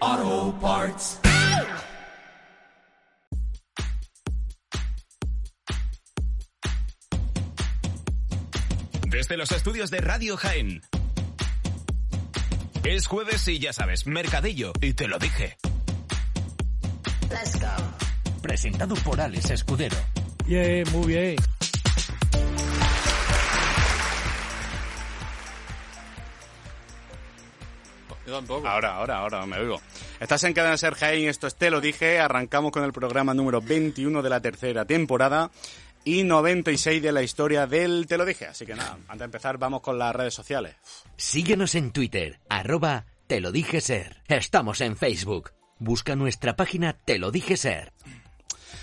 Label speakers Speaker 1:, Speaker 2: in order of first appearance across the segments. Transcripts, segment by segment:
Speaker 1: Auto Parts.
Speaker 2: Desde los estudios de Radio Jaén. Es jueves y ya sabes, mercadillo, y te lo dije.
Speaker 3: presentado por Alex Escudero.
Speaker 4: Bien, muy bien.
Speaker 5: Ahora, ahora, ahora me oigo. Estás en Cadena Ser Jaén, esto es Te lo dije. Arrancamos con el programa número 21 de la tercera temporada y 96 de la historia del Te lo dije. Así que nada, antes de empezar vamos con las redes sociales.
Speaker 3: Síguenos en Twitter, arroba Te lo dije ser. Estamos en Facebook. Busca nuestra página Te lo dije ser.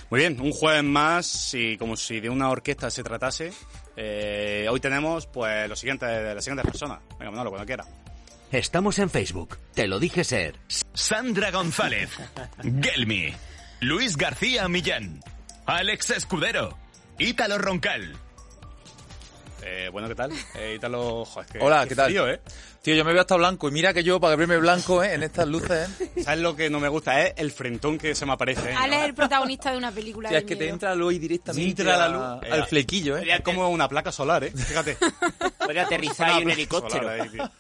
Speaker 5: Muy bien, un jueves más y como si de una orquesta se tratase. eh, hoy tenemos pues los siguientes, las siguientes personas. Venga, Manolo, cuando quiera.
Speaker 3: Estamos en Facebook. Te lo dije ser.
Speaker 2: Sandra González, Gelmi, Luis García Millán, Alex Escudero, Ítalo Roncal.
Speaker 5: Eh, bueno, ¿qué tal? Eh, Ítalo, joder, que-
Speaker 6: Hola, ¿qué tal?
Speaker 5: frío, ¿eh?
Speaker 6: Tío, yo me veo hasta blanco y mira que yo para abrirme blanco ¿eh? en estas luces. ¿eh?
Speaker 5: ¿Sabes lo que no me gusta? Es el frentón que se me aparece. ¿eh?
Speaker 7: Ale es el protagonista de una película
Speaker 6: Tía,
Speaker 7: de
Speaker 6: es que te
Speaker 7: miedo.
Speaker 6: entra la luz y directamente
Speaker 5: Entra la
Speaker 6: a-
Speaker 5: luz. Eh,
Speaker 6: al flequillo, ¿eh?
Speaker 5: Sería como una placa solar, ¿eh? Fíjate.
Speaker 8: Podría aterrizar
Speaker 5: Una
Speaker 8: ahí un
Speaker 5: placa
Speaker 8: helicóptero.
Speaker 5: solar ahí, tío.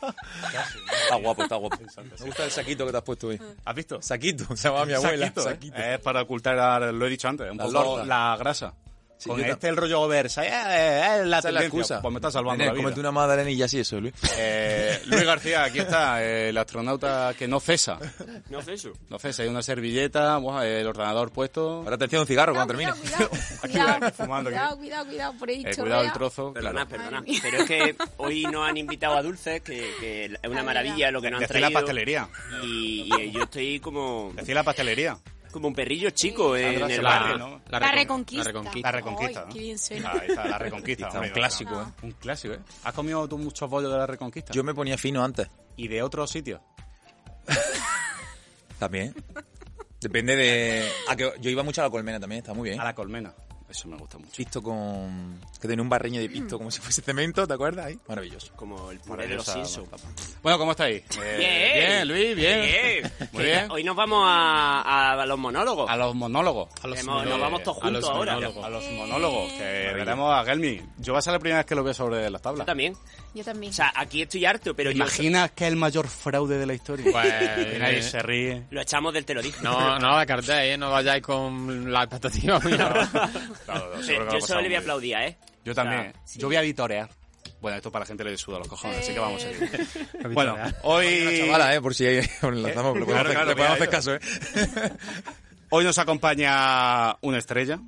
Speaker 6: Está guapo, está guapo. Me gusta el saquito que te has puesto hoy.
Speaker 5: ¿Has visto?
Speaker 6: Saquito, se llamaba mi abuela.
Speaker 5: Saquito, ¿eh?
Speaker 6: Saquito.
Speaker 5: Es para ocultar, lo he dicho antes, un
Speaker 6: La
Speaker 5: poco
Speaker 6: lorda.
Speaker 5: la grasa.
Speaker 6: Sí,
Speaker 5: Con
Speaker 6: yo tam-
Speaker 5: este el rollo oversize, eh, eh, eh, la
Speaker 6: Esa es la
Speaker 5: tendencia.
Speaker 6: excusa.
Speaker 5: Pues me está salvando
Speaker 6: Tener,
Speaker 5: la vida.
Speaker 6: Cómete una madalena y ya sí eso, Luis.
Speaker 5: Eh, Luis García, aquí está, eh, el astronauta que no cesa.
Speaker 8: No sé eso.
Speaker 5: No cesa, hay una servilleta, buah, el ordenador puesto.
Speaker 6: Ahora te encierro un cigarro cuando termine.
Speaker 7: Cuidado,
Speaker 5: Aquí va,
Speaker 7: cuidado, cuidado,
Speaker 5: fumando aquí.
Speaker 7: cuidado, cuidado, cuidado, por ahí
Speaker 5: Eh,
Speaker 7: chorrea.
Speaker 5: cuidado el trozo.
Speaker 8: Perdona,
Speaker 5: claro.
Speaker 8: perdona.
Speaker 7: Madre mía.
Speaker 8: Pero es que hoy nos han invitado a Dulces, que, que es una maravilla lo que nos han
Speaker 5: Decía
Speaker 8: traído.
Speaker 5: la pastelería.
Speaker 8: Y, y yo estoy como,
Speaker 5: Decía la pastelería.
Speaker 8: como un perrillo chico en
Speaker 5: Sandra
Speaker 8: el
Speaker 5: se
Speaker 8: barrio.
Speaker 5: va, ¿no?
Speaker 7: La, reconquista.
Speaker 5: La Reconquista,
Speaker 7: Ay,
Speaker 5: ¿no?
Speaker 7: qué bien suena.
Speaker 5: Ahí está, la Reconquista.
Speaker 6: Un
Speaker 5: hombre,
Speaker 6: clásico,
Speaker 5: ¿no? Un clásico, ¿eh? ¿Has comido tú muchos bollos de la Reconquista?
Speaker 6: Yo me ponía fino antes.
Speaker 5: ¿Y de otros sitios?
Speaker 6: También. ¿eh? Depende de... Ah, que yo iba mucho a la colmena también, está muy bien.
Speaker 5: A la colmena. Eso me gusta mucho.
Speaker 6: Pisto con... Que tenía un barriño de pisto como si fuese cemento, ¿te acuerdas? Ahí? Maravilloso.
Speaker 8: Como el puré de los
Speaker 5: Maravillosa
Speaker 8: Simpsons.
Speaker 5: Bueno, ¿cómo estáis? Eh, bien, Luis, bien. Muy
Speaker 8: Que
Speaker 5: bien.
Speaker 8: Hoy nos vamos a, a los monólogos.
Speaker 5: A los monólogos. Eh, A los
Speaker 8: Hemos- nos vamos todos juntos ahora.
Speaker 5: monólogos. A los monólogos. Que veremos a Gelmi. Yo va a ser la primera vez que lo veo sobre las
Speaker 8: Yo
Speaker 5: tablas.
Speaker 8: también.
Speaker 7: Yo también.
Speaker 8: O sea, aquí estoy harto, pero
Speaker 5: ¿Te
Speaker 8: yo...
Speaker 5: imaginas que es el mayor fraude de la historia? Pues,
Speaker 8: eh,
Speaker 5: nadie se ríe.
Speaker 8: Lo echamos del te lo dije.
Speaker 9: No, no descartéis, ¿eh? no vayáis con la expectativa muy arriba.
Speaker 8: Eh, yo eso le voy a aplaudir, ¿eh?
Speaker 5: Yo también.
Speaker 8: Ah,
Speaker 5: Yo voy a vitorear. Bueno, esto para la gente le suda los cojones, así que vamos a
Speaker 8: Eh.
Speaker 5: seguir.
Speaker 9: vitorear.
Speaker 5: Bueno, hoy...
Speaker 6: Chavala, ¿eh? Por si os lanzamos,
Speaker 5: Eh,
Speaker 6: le podemos
Speaker 5: claro,
Speaker 6: hacer-
Speaker 5: claro,
Speaker 6: le podemos
Speaker 5: mira,
Speaker 6: hacer caso, ¿eh?
Speaker 5: Hoy nos acompaña una estrella,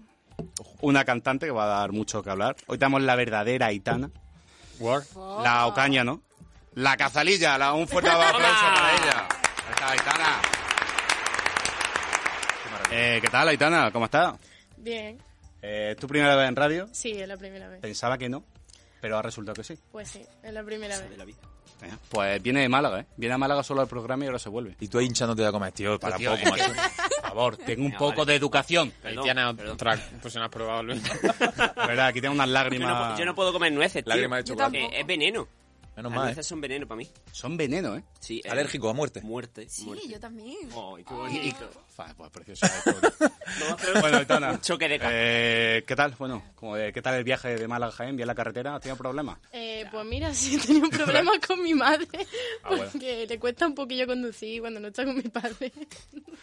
Speaker 5: una cantante que va a dar mucho que hablar. Hoy tenemos la verdadera Aitana, la Ocaña, ¿no? La Cazalilla, la- un fuerte aplauso para ella. Ahí está, Aitana. Eh, ¿Qué tal, Aitana? ¿Cómo estás?
Speaker 10: Bien,
Speaker 5: Eh, ¿Tu primera vez en radio?
Speaker 10: sí, es la primera vez.
Speaker 5: Pensaba que no, pero ha resultado que sí.
Speaker 10: Pues sí, es la primera
Speaker 8: de
Speaker 10: vez.
Speaker 8: la vida.
Speaker 5: Eh, Pues viene de Málaga, ¿eh? Viene a Málaga solo al programa y ahora se vuelve.
Speaker 6: Y tú ahí hinchándote a comer, tío, para poco, macho.
Speaker 5: Por favor, tengo un
Speaker 8: Venga,
Speaker 5: poco
Speaker 8: vale.
Speaker 5: de educación.
Speaker 9: Ahí
Speaker 8: Perdón,
Speaker 9: tienes
Speaker 8: perdón.
Speaker 9: otra
Speaker 5: pues
Speaker 9: persona probada, Luis.
Speaker 5: La verdad, aquí tengo unas
Speaker 8: Yo no,
Speaker 5: lágrimas.
Speaker 8: po- yo no puedo comer nueces, tío.
Speaker 6: Lágrima de chocolate.
Speaker 8: Eh, es veneno.
Speaker 6: Menos
Speaker 8: Las
Speaker 6: mal, ¿eh?
Speaker 8: nueces son veneno para mí.
Speaker 5: Son veneno, ¿eh?
Speaker 8: Sí, eh,
Speaker 6: Alérgico a muerte.
Speaker 8: Muerte.
Speaker 7: sí,
Speaker 8: muerte.
Speaker 7: yo también.
Speaker 8: Ay, qué bonito.
Speaker 5: Fa, Pues precioso. Bueno, Aitana.
Speaker 8: Un choque de ca-
Speaker 5: eh, ¿Qué tal? Bueno, como de- ¿qué tal el viaje de Málaga a Jaén? ¿Vía la carretera? ¿Has tenido problemas?
Speaker 10: Eh, pues mira, sí, he tenido problemas con mi madre
Speaker 5: Ah, bueno.
Speaker 10: porque le cuesta un poquillo conducir cuando no está con mi padre.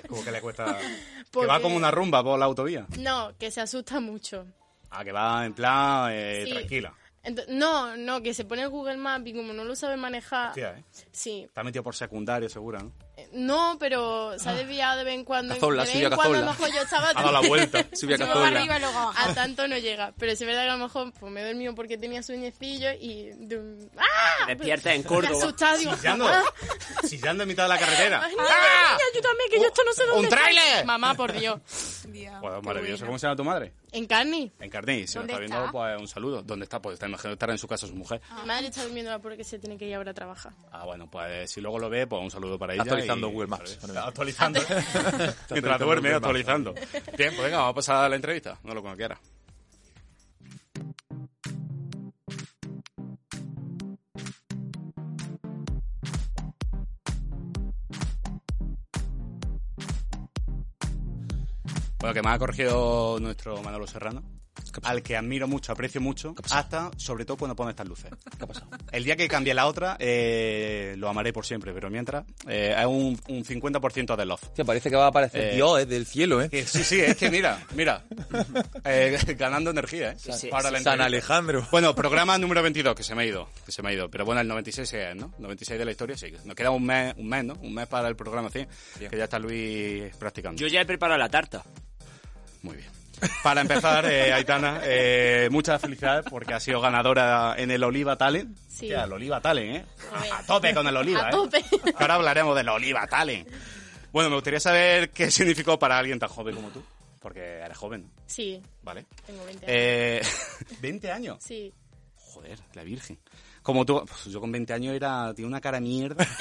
Speaker 5: Como que le cuesta. Que
Speaker 10: Porque-
Speaker 5: va como una rumba por la autovía.
Speaker 10: No, que se asusta mucho.
Speaker 5: Ah, que va en plan eh,
Speaker 10: Sí.
Speaker 5: tranquila.
Speaker 8: Ah.
Speaker 10: Ento- no, no, que se pone el Google Maps y como no lo sabe manejar...
Speaker 5: Hostia, ¿eh?
Speaker 10: Sí,
Speaker 5: Está metido por secundario, segura, ¿no?
Speaker 10: Eh, no, pero se ha desviado de vez en cuando.
Speaker 6: Cazorla,
Speaker 10: de vez
Speaker 6: subió
Speaker 10: en cuando a lo
Speaker 6: Cazorla.
Speaker 10: mejor yo estaba...
Speaker 5: Ha dado la vuelta.
Speaker 6: Subí a
Speaker 7: Yo
Speaker 6: Cazorla.
Speaker 7: arriba y luego abajo.
Speaker 10: A tanto no llega, pero sí es verdad que a lo mejor pues, me he dormido porque tenía sueñecillo y... de un- ¡Ah!
Speaker 8: Despierta en
Speaker 10: Me he
Speaker 8: Córdoba.
Speaker 10: asustado, digo,
Speaker 5: Sillando.
Speaker 10: "Mamá,
Speaker 5: Sillando en mitad de la carretera. ¡Ah!
Speaker 10: Ay, niña, niña, ayúdame, que yo esto no sé
Speaker 5: ¡Un
Speaker 10: dónde está.
Speaker 5: tráiler!
Speaker 10: Mamá, por Dios.
Speaker 5: Bueno, Pues, maravilloso. ¿Cómo se llama tu madre?
Speaker 10: ¿En Carni?
Speaker 5: Encarni, si lo
Speaker 10: ¿Dónde
Speaker 5: está viendo,
Speaker 10: está?
Speaker 5: pues un saludo. ¿Dónde está? Pues está, imagino estar en su casa su mujer.
Speaker 10: Mi madre está durmiendo ahora porque se tiene que ir ahora a trabajar.
Speaker 5: Ah, bueno, pues si luego lo ve, pues un saludo para ella.
Speaker 6: Actualizando
Speaker 5: y-
Speaker 6: Google Maps.
Speaker 5: Actualizando. Mientras duerme, actualizando. Bien, pues venga, vamos a pasar a la entrevista. No lo que quiera. Bueno, que me ha corregido nuestro Manolo Serrano. Al que admiro mucho, aprecio mucho, hasta, sobre todo, cuando pone estas luces.
Speaker 6: ¿Qué ha pasado?
Speaker 5: El día que cambie la otra, eh, lo amaré por siempre, pero mientras, eh, es un, un 50% de love.
Speaker 6: Hostia, parece que va a aparecer
Speaker 5: Eh,
Speaker 6: Dios, es del cielo, ¿eh?
Speaker 5: Que sí, sí, es que mira, mira, eh, ganando energía, ¿eh?
Speaker 8: sí,
Speaker 5: Para la
Speaker 6: San
Speaker 5: entrevista.
Speaker 6: Alejandro.
Speaker 5: Bueno, programa número 22, que se me ha ido, que se me ha ido. Pero bueno, el 96 es, ¿no? 96 de la historia, sí. Nos queda un mes, un mes ¿no? Un mes para el programa 100, que ya está Luis practicando.
Speaker 8: Yo ya he preparado la tarta.
Speaker 5: Muy bien. Para empezar, eh, Aitana, eh, muchas felicidades porque ha sido ganadora en el Oliva Talent.
Speaker 10: Sí.
Speaker 5: Hostia, El Oliva Talent, ¿eh?
Speaker 10: A ver.
Speaker 5: A tope con el Oliva,
Speaker 10: A
Speaker 5: ¿eh?
Speaker 10: tope.
Speaker 5: Ahora hablaremos del Oliva Talent. Bueno, me gustaría saber qué significó para alguien tan joven como tú. Porque eres joven, ¿no?
Speaker 10: Sí,
Speaker 5: ¿vale?
Speaker 10: tengo 20 años.
Speaker 5: Eh, 20 años.
Speaker 10: Sí.
Speaker 5: Joder, la virgen. Como tú, pues yo con 20 años era, tenía una cara de mierda.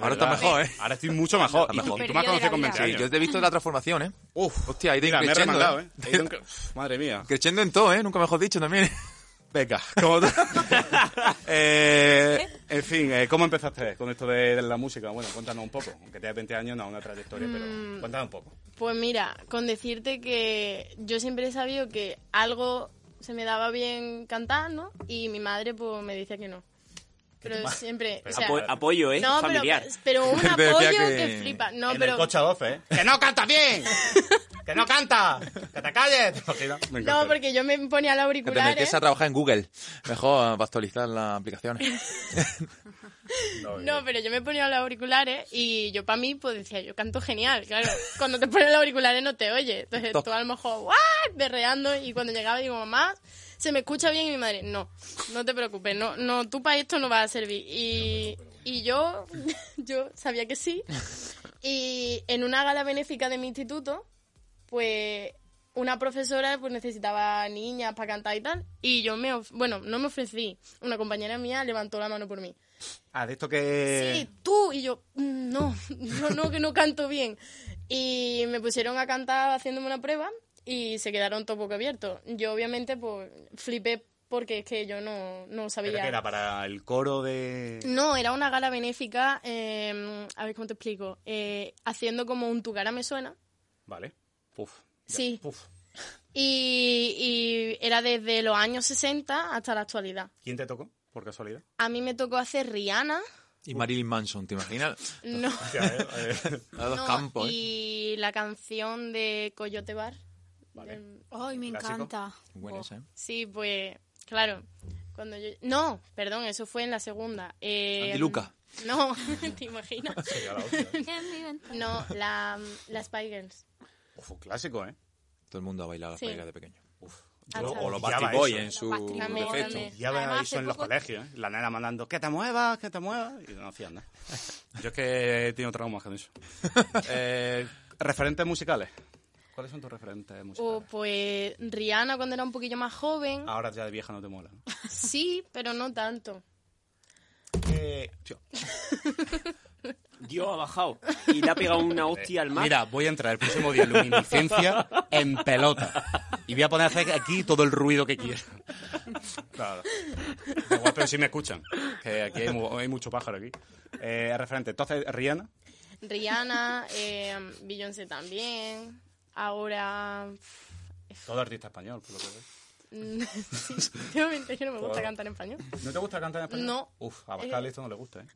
Speaker 6: Ahora está mejor, ¿eh?
Speaker 5: Ahora estoy mucho mejor.
Speaker 6: Está
Speaker 5: Y tú,
Speaker 6: mejor.
Speaker 5: y tú me has conocido con 20
Speaker 6: Sí,
Speaker 5: años.
Speaker 6: yo te he visto la transformación, ¿eh? Uf, hostia, ahí te he
Speaker 5: Mira, me
Speaker 6: ido
Speaker 5: he
Speaker 6: creciendo,
Speaker 5: remangado, ¿eh?
Speaker 6: Te he ido
Speaker 5: Madre mía.
Speaker 6: Creciendo en todo, ¿eh? Nunca mejor dicho también.
Speaker 5: Venga, como tú- Eh, en fin, eh, ¿cómo empezaste con esto de, de la música? Bueno, cuéntanos un poco. Aunque tengas 20 años, no, una trayectoria, pero cuéntanos un poco.
Speaker 10: Pues mira, con decirte que yo siempre he sabido que algo se me daba bien cantar, ¿no? Y mi madre pues me decía que no. Pero siempre, o sea,
Speaker 8: pues, Apo- apoyo, ¿eh?
Speaker 10: no, pero,
Speaker 8: Familiar.
Speaker 10: pero un
Speaker 6: Te decía
Speaker 10: apoyo que...
Speaker 6: que-
Speaker 10: flipa. No,
Speaker 5: en
Speaker 10: pero
Speaker 5: el coche a 12, ¿eh? ¡Que no canta bien! ¡Que no canta! ¡Que te calles! ¿Te imaginas? Me encanta.
Speaker 10: no, porque yo me ponía ¿eh? los
Speaker 6: Que te metes
Speaker 10: auriculares.
Speaker 6: a trabajar en Google. Mejor para actualizar las aplicaciones.
Speaker 10: No, pero yo me ponía los auriculares y yo para mí pues decía, yo canto genial, claro. Cuando te pones los auriculares no te oye. Entonces
Speaker 6: Top.
Speaker 10: tú a lo mejor, ¡guau! berreando y cuando llegaba digo, mamá, se me escucha bien y mi madre, no, no te preocupes, no, no, tú para esto no vas a servir. Y, y yo, yo sabía que sí. Y en una gala benéfica de mi instituto, pues una profesora pues necesitaba niñas para cantar y tal. Y yo me, of- bueno, no me ofrecí. Una compañera mía levantó la mano por mí.
Speaker 5: Ah, de esto que...
Speaker 10: Sí, tú. Y yo, "Mm, no, yo no, que no canto bien. Y me pusieron a cantar haciéndome una prueba y se quedaron todo boca abierto. Yo, obviamente, pues flipé porque es que yo no, no
Speaker 5: Pero
Speaker 10: sabía.
Speaker 5: que era para el coro de...
Speaker 10: No, era una gala benéfica, eh, a ver cómo te explico, eh, haciendo como un tu cara me suena.
Speaker 5: Vale. Puf. Ya,
Speaker 10: Sí.
Speaker 5: puf.
Speaker 10: Y, y era desde los años 60 hasta la actualidad.
Speaker 5: ¿Quién te tocó, por casualidad?
Speaker 10: A mí me tocó hacer Rihanna.
Speaker 6: Y Marilyn Manson, ¿te imaginas?
Speaker 10: No.
Speaker 5: Hostia, eh, eh.
Speaker 6: A los
Speaker 10: no,
Speaker 6: campos, ¿eh?
Speaker 10: Y la canción de Coyote Bar.
Speaker 5: Vale.
Speaker 7: Ay, me
Speaker 5: Clásico.
Speaker 7: encanta.
Speaker 6: Buena esa, ¿eh?
Speaker 10: Sí, pues, claro. Cuando yo... No, perdón, eso fue en la segunda. Eh,
Speaker 6: Andy Luca.
Speaker 10: No, ¿te imaginas?
Speaker 5: Sería la hostia.
Speaker 10: No, la, la Spy Girls.
Speaker 5: Uf, un clásico, ¿eh?
Speaker 6: Todo el mundo ha bailado las
Speaker 10: Sí.
Speaker 6: paigas de pequeño.
Speaker 10: Ah,
Speaker 6: o
Speaker 10: claro.
Speaker 6: los
Speaker 5: Odiaba
Speaker 6: Backstreet Boys
Speaker 5: eso.
Speaker 6: en su
Speaker 7: Backstreet
Speaker 10: Boys
Speaker 6: defecto.
Speaker 10: también.
Speaker 5: Ya me
Speaker 7: Además,
Speaker 5: eso en
Speaker 7: hace
Speaker 5: los
Speaker 7: poco-
Speaker 5: colegios, ¿eh? La nena mandando, que te muevas, que te muevas. Y no hacían nada. Yo es que he tenido traumas con eso. Eh, referentes musicales. ¿Cuáles son tus referentes
Speaker 10: O
Speaker 5: musicales?
Speaker 10: pues Rihanna cuando era un poquillo más joven.
Speaker 5: Ahora ya de vieja no te mola. ¿no?
Speaker 10: Sí, pero no tanto.
Speaker 5: Eh, tío,
Speaker 8: Dios ha bajado. Y le ha pegado una hostia al mar.
Speaker 5: Mira, voy a entrar el próximo día en luminiscencia en pelota. Y voy a poner aquí todo el ruido que quiera. Claro. Da igual, pero sí me escuchan. Que aquí hay, mu- hay mucho pájaro aquí. Eh, referente. Entonces, Rihanna.
Speaker 10: Rihanna, eh, Beyoncé también. Ahora...
Speaker 5: Todo artista español, por lo que veo.
Speaker 10: mm, sí, últimamente es que no me gusta cantar en español.
Speaker 5: ¿No te gusta cantar en español?
Speaker 10: No.
Speaker 5: Uf, a Bascal esto no le gusta, ¿eh?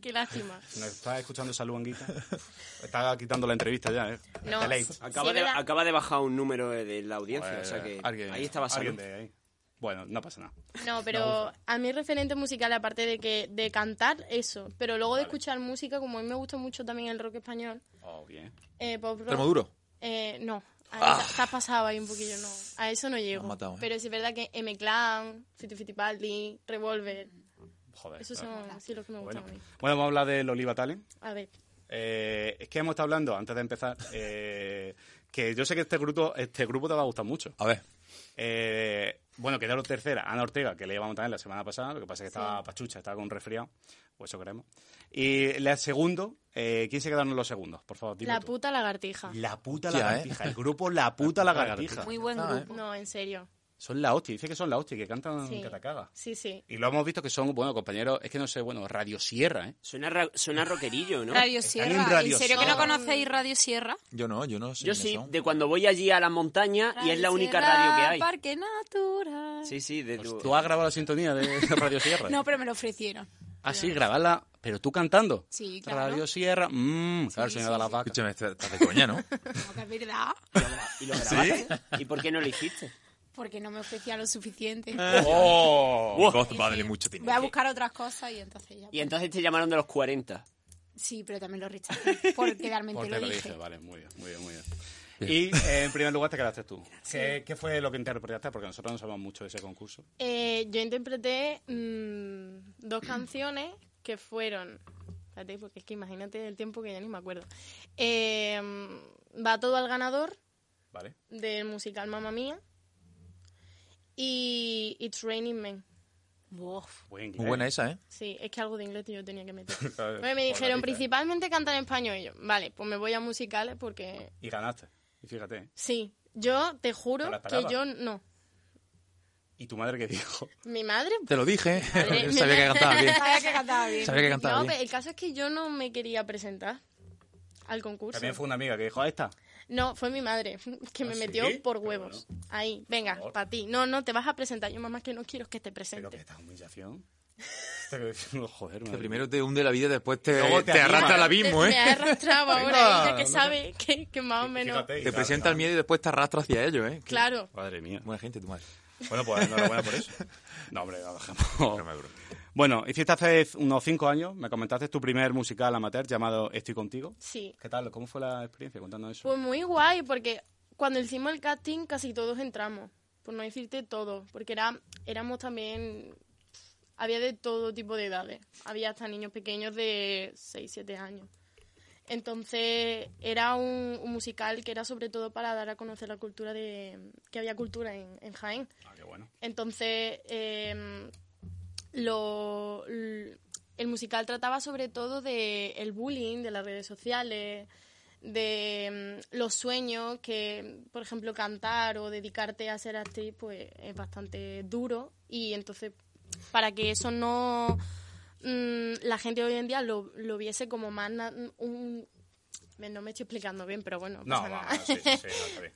Speaker 10: Qué lástima.
Speaker 5: Si nos estás escuchando esa luanguita. Está quitando la entrevista ya, ¿eh?
Speaker 10: No,
Speaker 5: Está late.
Speaker 10: sí,
Speaker 8: Acaba,
Speaker 10: es
Speaker 8: de,
Speaker 10: verdad.
Speaker 8: acaba de bajar un número de, de la audiencia,
Speaker 5: Eh,
Speaker 8: o sea que
Speaker 5: alguien-
Speaker 8: ahí estaba
Speaker 5: alguien
Speaker 8: saliendo.
Speaker 5: de ahí. Bueno, no pasa nada.
Speaker 10: No, pero a mí referente musical, aparte de que de cantar, eso. Pero luego de escuchar música, como a mí me gusta mucho también el rock español,
Speaker 5: Oh, bien.
Speaker 10: eh, pop rock.
Speaker 6: Extremo duro.
Speaker 10: Eh, no, a- te has pasado ahí un poquillo, no. A eso no llego.
Speaker 6: Lo has Ah. matado, ¿eh?
Speaker 10: Pero sí es verdad que M Clan, Fito Fitipaldi, Revolver,
Speaker 5: Joder.
Speaker 10: esos
Speaker 5: claro.
Speaker 10: son sí, los que me gustan
Speaker 5: Bueno.
Speaker 10: a mí.
Speaker 5: bueno, vamos a hablar del Oliva Talent.
Speaker 10: A ver,
Speaker 5: Eh, es que hemos estado hablando, antes de empezar, eh, que yo sé que este grupo, este grupo te va a gustar mucho. Eh,
Speaker 6: A ver.
Speaker 5: bueno, quedaron tercera, Ana Ortega, que le llevamos también la semana pasada, lo que pasa es que estaba pachucha, estaba con resfriado, o eso creemos. Y la segundo, eh, ¿quién se quedaron los segundos? Por favor, dime
Speaker 10: La
Speaker 5: tú.
Speaker 10: puta lagartija.
Speaker 5: La puta
Speaker 6: Hostia,
Speaker 5: lagartija, el grupo ¿eh? La puta lagartija.
Speaker 7: Muy buen
Speaker 6: Ah, ¿eh?
Speaker 7: grupo.
Speaker 10: No, en serio.
Speaker 5: Son la hostia, dice que son la hostia, que cantan
Speaker 10: Sí.
Speaker 5: que te cagas.
Speaker 10: Sí, sí.
Speaker 5: Y lo hemos visto que son, bueno, compañeros, es que no sé, bueno, Radio Sierra, ¿eh?
Speaker 8: Suena, ra- suena rockerillo, ¿no?
Speaker 7: Radio
Speaker 5: en
Speaker 7: Sierra.
Speaker 5: Radio
Speaker 7: ¿En serio que no
Speaker 5: Sierra.
Speaker 7: conocéis Radio Sierra?
Speaker 6: Yo no, yo no sé.
Speaker 8: Yo
Speaker 6: quiénes
Speaker 8: sí,
Speaker 6: son.
Speaker 8: de cuando voy allí a las montañas y es la única
Speaker 7: Sierra,
Speaker 8: radio que hay.
Speaker 7: Parque Natural.
Speaker 8: Sí, sí, de tu...
Speaker 5: ¿Tú has grabado la sintonía de Radio Sierra?
Speaker 7: No, pero me lo ofrecieron.
Speaker 5: Ah, sí, grabarla, pero tú cantando.
Speaker 7: Sí, claro.
Speaker 5: Radio Sierra, mmm, claro,
Speaker 7: Sí,
Speaker 5: señora de
Speaker 7: sí,
Speaker 5: las
Speaker 7: sí.
Speaker 5: vacas.
Speaker 6: Escúchame, estás estás de coña, ¿no?
Speaker 7: No, que es verdad.
Speaker 8: ¿Y lo grabaste? ¿Y por qué no lo hiciste?
Speaker 7: Porque no me ofrecían lo suficiente.
Speaker 6: ¡Oh! God, vale, mucho
Speaker 7: Voy a
Speaker 6: tiempo.
Speaker 7: buscar otras cosas y entonces ya. pues.
Speaker 8: Y entonces te llamaron de los 40.
Speaker 7: Sí, pero también lo rechacé. Por quedarme en
Speaker 5: Pues
Speaker 7: te
Speaker 5: te
Speaker 7: lo
Speaker 5: lo
Speaker 7: dije.
Speaker 5: dije, vale, muy bien, muy bien, muy bien. Y eh, en primer lugar te quedaste tú. ¿Qué, qué fue lo que interpretaste? Porque nosotros no sabemos mucho de ese concurso.
Speaker 10: Eh, yo interpreté mm, dos canciones que fueron. Espérate, porque es que imagínate el tiempo que ya ni me acuerdo. Eh, Va todo al ganador
Speaker 5: ¿Vale?
Speaker 10: del musical Mamma Mía y It's Raining Men.
Speaker 7: Buf.
Speaker 5: Buen inglés.
Speaker 6: Muy buena esa, ¿eh?
Speaker 10: Sí, es que algo de inglés yo tenía que meter.
Speaker 5: Claro,
Speaker 10: Bueno, me
Speaker 5: pobrecita,
Speaker 10: dijeron
Speaker 5: ¿eh?
Speaker 10: principalmente cantar en español. Y yo, vale, pues me voy a musicales porque.
Speaker 5: Y ganaste. Y fíjate. ¿eh?
Speaker 10: Sí, yo te
Speaker 5: ¿Te
Speaker 10: juro
Speaker 5: la
Speaker 10: que
Speaker 5: esperabas?
Speaker 10: yo no.
Speaker 5: ¿Y tu madre qué dijo?
Speaker 10: Mi madre.
Speaker 6: Te lo dije.
Speaker 10: Madre,
Speaker 6: Sabía que
Speaker 10: mi-
Speaker 6: cantaba bien.
Speaker 7: Sabía que cantaba bien.
Speaker 6: Sabía que cantaba
Speaker 10: No,
Speaker 6: bien.
Speaker 10: pero el caso es que yo no me quería presentar al concurso.
Speaker 5: También fue una amiga que dijo, ¿a esta?
Speaker 10: No, fue mi madre que me
Speaker 5: ¿Ah,
Speaker 10: metió
Speaker 5: sí?
Speaker 10: por
Speaker 5: Pero
Speaker 10: huevos. Ahí, venga, para ti. No, no, te vas a presentar. Yo, mamá, que no quiero que te
Speaker 5: Pero que
Speaker 10: presentes.
Speaker 5: esta humillación. Esta que- Joder,
Speaker 6: Que
Speaker 5: madre.
Speaker 6: primero te hunde la vida, después te,
Speaker 5: Luego te
Speaker 6: te arrastra al
Speaker 5: anima.
Speaker 6: abismo,
Speaker 10: Me ha
Speaker 6: ¿eh?
Speaker 10: arrastrado ahora ella que sabe que, que más o menos...
Speaker 5: Fíjate, y
Speaker 6: Te
Speaker 5: claro,
Speaker 6: presenta el miedo y después te arrastra hacia ello, ¿eh? Qué
Speaker 10: Claro.
Speaker 5: Madre mía.
Speaker 6: Buena gente, tu madre.
Speaker 5: Bueno, pues enhorabuena por eso. No, hombre, no dejemos. Bueno, hiciste hace unos cinco años, me comentaste tu primer musical amateur llamado Estoy Contigo.
Speaker 10: Sí.
Speaker 5: ¿Qué tal? ¿Cómo fue la experiencia contando eso?
Speaker 10: Pues muy guay, porque cuando hicimos el casting casi todos entramos, por no decirte todos, porque era, éramos también... Había de todo tipo de edades, había hasta niños pequeños de 6, 7 años. Entonces era un, un musical que era sobre todo para dar a conocer la cultura de... que había cultura en, en Jaén.
Speaker 5: Ah, qué bueno.
Speaker 10: Entonces, eh, lo, l- el musical trataba sobre todo de el bullying, de las redes sociales, de mm, los sueños, que por ejemplo cantar o dedicarte a ser actriz pues es bastante duro y entonces para que eso no mm, la gente hoy en día lo, lo viese como más na- un no me estoy explicando bien, pero bueno,
Speaker 5: No,
Speaker 10: pasa nada
Speaker 5: vamos, sí, sí, sí, no, está bien.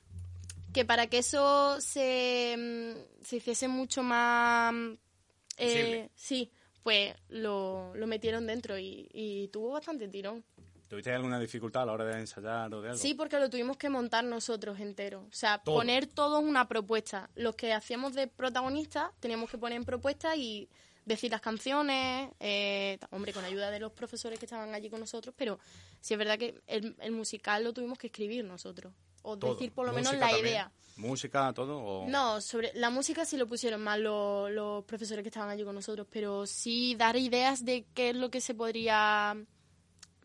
Speaker 10: que para que eso se, mm, se hiciese mucho más... mm,
Speaker 5: Visible.
Speaker 10: Eh, sí, pues lo, lo metieron dentro y, y tuvo bastante tirón.
Speaker 5: ¿Tuviste alguna dificultad a la hora de ensayar o de algo?
Speaker 10: Sí, porque lo tuvimos que montar nosotros entero. O sea,
Speaker 5: Todo.
Speaker 10: poner todo en una propuesta. Los que hacíamos de protagonistas teníamos que poner en propuesta y decir las canciones, eh, ta- hombre, con ayuda de los profesores que estaban allí con nosotros, pero sí es verdad que el, el musical lo tuvimos que escribir nosotros, o
Speaker 5: Todo.
Speaker 10: decir por lo menos
Speaker 5: Música
Speaker 10: la
Speaker 5: también.
Speaker 10: idea.
Speaker 5: ¿Música, todo? O...
Speaker 10: No, sobre la música sí lo pusieron más los, los profesores que estaban allí con nosotros, pero sí dar ideas de qué es lo que se podría...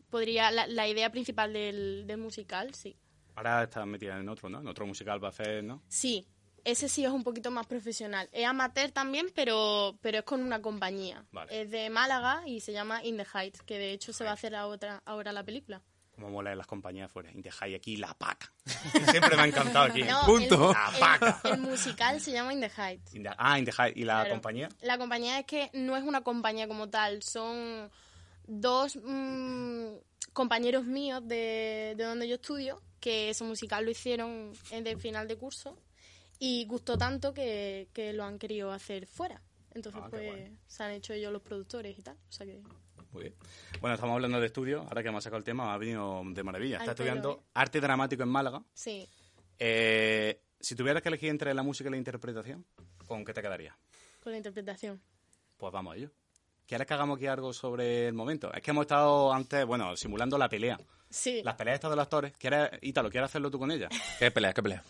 Speaker 10: podría La, la idea principal del, del musical, sí.
Speaker 5: Ahora estás metida en otro, ¿no? En otro musical va a hacer, ¿no?
Speaker 10: Sí, ese sí es un poquito más profesional. Es amateur también, pero, pero es con una compañía.
Speaker 5: Vale.
Speaker 10: Es de Málaga y se llama In the Heights, que de hecho se va a hacer a otra, ahora la película.
Speaker 5: Como mola en las compañías fuera. Y dejáis aquí la paca. Que Siempre me ha encantado aquí.
Speaker 10: No,
Speaker 6: punto.
Speaker 10: el-
Speaker 5: La
Speaker 10: el-
Speaker 5: vaca.
Speaker 10: el musical se llama In the Heights.
Speaker 5: In the- Ah, in the high- ¿Y la
Speaker 10: Claro.
Speaker 5: compañía?
Speaker 10: La compañía es que no es una compañía como tal, son dos mm, compañeros míos de, de donde yo estudio, que ese musical lo hicieron en el final de curso y gustó tanto que, que lo han querido hacer fuera. Entonces,
Speaker 5: Ah, qué
Speaker 10: pues,
Speaker 5: guay.
Speaker 10: se han hecho ellos los productores y tal. O sea que...
Speaker 5: Muy bien. Bueno, estamos hablando de estudio. Ahora que hemos sacado el tema, me ha venido de maravilla. Está
Speaker 10: Al pelo,
Speaker 5: estudiando
Speaker 10: ¿eh?
Speaker 5: arte dramático en Málaga.
Speaker 10: Sí.
Speaker 5: Eh, si tuvieras que elegir entre la música y la interpretación, ¿con qué te quedaría?
Speaker 10: Con la interpretación.
Speaker 5: Pues vamos a ello. ¿Quieres que hagamos aquí algo sobre el momento? Es que hemos estado antes, bueno, simulando la pelea.
Speaker 10: Sí.
Speaker 5: Las peleas estas de los actores. ¿Quieres, Ítalo, ¿quieres hacerlo tú con ella?
Speaker 6: Qué pelea, qué pelea.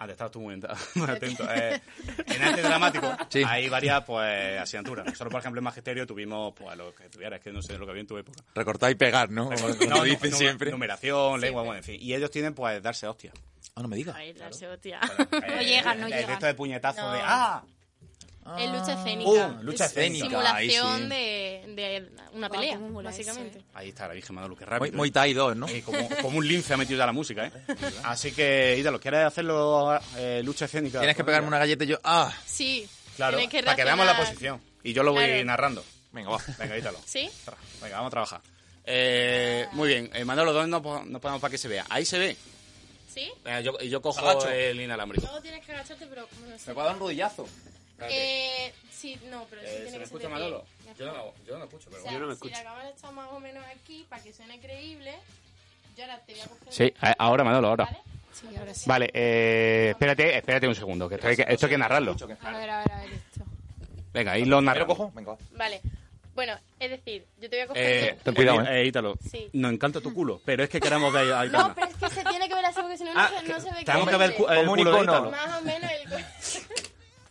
Speaker 5: Ah, te estabas tú muy, enta- muy atento. Eh, en arte dramático hay varias pues, asignaturas. Nosotros, por ejemplo, en magisterio tuvimos pues, lo que tuviera, es que no sé lo que había en tu época.
Speaker 6: Recortar y pegar, ¿no? Como, como
Speaker 5: No,
Speaker 6: dicen
Speaker 5: nu-
Speaker 6: Oh, siempre.
Speaker 5: Numeración, lengua, bueno, en fin. Y ellos tienen, pues, darse hostias.
Speaker 6: Ah, no me digas.
Speaker 10: Ay, la hostia.
Speaker 7: No llegan, no
Speaker 5: eh, El
Speaker 7: llegan.
Speaker 5: resto de Ah. puñetazos
Speaker 10: No.
Speaker 5: de ¡ah!
Speaker 10: Es lucha escénica.
Speaker 6: Uh, lucha
Speaker 10: Es
Speaker 6: escénica, ahí sí.
Speaker 10: Simulación de, de una
Speaker 7: Guau,
Speaker 10: pelea,
Speaker 7: cómo mola eso,
Speaker 10: básicamente.
Speaker 5: Ahí está la Virgen Madalu, qué
Speaker 6: Muy,
Speaker 5: rápido.
Speaker 6: muy Tai 2, ¿no?
Speaker 5: Eh, como, como un lince ha metido ya la música, ¿eh? Así que, Ítalo, ¿quieres hacerlo eh, lucha escénica?
Speaker 6: Tienes que pegarme una galleta y yo. ¡Ah!
Speaker 10: Sí.
Speaker 5: Claro,
Speaker 10: tienes
Speaker 5: para que veamos la
Speaker 10: reaccionar.
Speaker 5: posición. Y yo lo voy
Speaker 10: Claro.
Speaker 5: narrando.
Speaker 6: Venga, va.
Speaker 5: Venga, Ítalo.
Speaker 10: ¿Sí?
Speaker 5: Tra, Venga, vamos a trabajar. Eh, muy bien, eh, Manolo, ¿dónde nos po- nos ponemos para que se vea? Ahí se ve.
Speaker 10: ¿Sí?
Speaker 5: Venga, yo, yo cojo
Speaker 6: Agacho.
Speaker 5: el inalámbrico.
Speaker 10: Luego tienes que agacharte, pero como no sé.
Speaker 6: dar un rodillazo.
Speaker 10: Eh, sí, no, pero sí
Speaker 5: Eh, ¿Se me
Speaker 10: tiene que ser
Speaker 5: escucha
Speaker 10: de pie.
Speaker 5: Manolo?
Speaker 10: Mejor.
Speaker 5: Yo no, lo- yo no lo escucho, pero
Speaker 10: O sea,
Speaker 5: bueno.
Speaker 10: si la cámara está más o menos aquí, para que suene creíble, yo ahora te voy a coger...
Speaker 5: Sí, a- ahora, Manolo, ahora.
Speaker 10: ¿Vale?
Speaker 7: Sí, ahora sí.
Speaker 5: Vale, eh, espérate, espérate un segundo, que esto hay que, esto hay que narrarlo.
Speaker 7: A ver, a ver, a ver esto.
Speaker 5: Venga, ahí lo
Speaker 6: ¿Me lo
Speaker 5: narramos.
Speaker 6: cojo? Venga, va.
Speaker 10: Vale. Bueno, es decir, yo te voy a coger...
Speaker 5: Eh,
Speaker 6: Ten cuidado,
Speaker 5: eh, Ítalo.
Speaker 10: Sí.
Speaker 5: Nos encanta tu culo, pero es que queremos ver a Aitana.
Speaker 10: No, pero es que se tiene que ver así, porque si no, no,
Speaker 5: Ah,
Speaker 10: se, no se ve
Speaker 5: tenemos que
Speaker 10: creíble.
Speaker 5: ver el, cu- el
Speaker 6: Como un
Speaker 5: culo de
Speaker 6: icono.
Speaker 5: Ítalo.
Speaker 10: Más o menos el...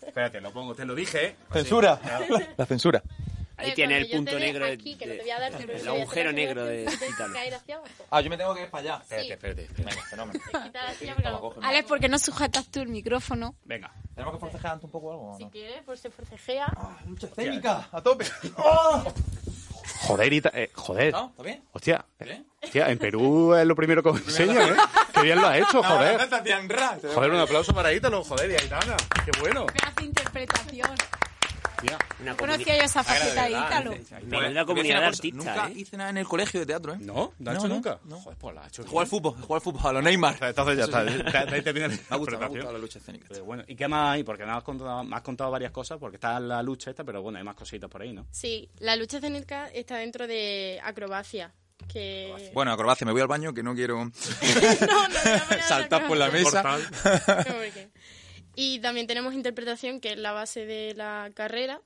Speaker 5: Espérate, lo pongo, te lo dije, ¿eh?
Speaker 6: Censura. La censura.
Speaker 8: Ahí tiene el
Speaker 10: Cuando yo te dé
Speaker 8: punto negro. de-
Speaker 10: Aquí, que no
Speaker 8: de-
Speaker 10: te voy a dar, pero
Speaker 8: el
Speaker 10: te voy a
Speaker 8: agujero
Speaker 10: hacer
Speaker 8: negro
Speaker 10: así,
Speaker 8: de
Speaker 10: y te vas a
Speaker 8: Ítalo.
Speaker 10: caer hacia abajo.
Speaker 6: Ah, yo me tengo que ir para allá.
Speaker 10: Sí,
Speaker 5: Espérate, espérate.
Speaker 6: Venga, fenómeno.
Speaker 10: quitar así, porque a lo mejor-
Speaker 7: Alex, ¿por qué no sujetas tú el micrófono?
Speaker 5: Venga.
Speaker 6: ¿Tenemos que forcejear antes un poco o algo? o
Speaker 10: Si
Speaker 6: no?
Speaker 10: quieres, pues se forcejea.
Speaker 6: Mucha técnica, a tope. ¡Oh!
Speaker 5: Joder, Ita- eh, joder.
Speaker 6: ¿No? ¿Está bien?
Speaker 5: Hostia.
Speaker 6: ¿Eh?
Speaker 5: Hostia, en Perú es lo primero que os enseño, ¿eh? Qué bien lo has hecho, joder. Joder, un aplauso para Ítalo, joder, y Aitana. Qué bueno.
Speaker 7: Pedazo de interpretación.
Speaker 8: Una
Speaker 6: pues
Speaker 8: comuni-
Speaker 7: Conocía yo esa faceta de Ítalo.
Speaker 8: una verdadera comunidad de artistas,
Speaker 6: Nunca
Speaker 8: ¿eh?
Speaker 6: hice nada en el colegio de teatro, ¿eh?
Speaker 5: No, no ha
Speaker 6: No,
Speaker 5: hecho
Speaker 6: no,
Speaker 5: nunca.
Speaker 6: no.
Speaker 5: Joder, pues la ha hecho.
Speaker 6: Jugar al fútbol, jugar al fútbol, a lo Neymar. Me
Speaker 5: Entonces ya está. de- de Ahí termina la
Speaker 6: ha gustado, me ha gustado
Speaker 5: interpretación.
Speaker 6: la lucha escénica.
Speaker 5: Pero bueno, ¿y qué más hay? Porque me has contado, me has contado varias cosas, porque está la lucha esta, pero bueno, hay más cositas por ahí, ¿no?
Speaker 10: Sí, la lucha escénica está dentro de acrobacia. Que...
Speaker 6: Bueno, acrobacia, me voy al baño que no quiero
Speaker 10: No, no, no, no, no, no,
Speaker 6: saltar
Speaker 10: no.
Speaker 6: por la mesa.
Speaker 10: No, porque- Y también tenemos interpretación, que es la base de la carrera,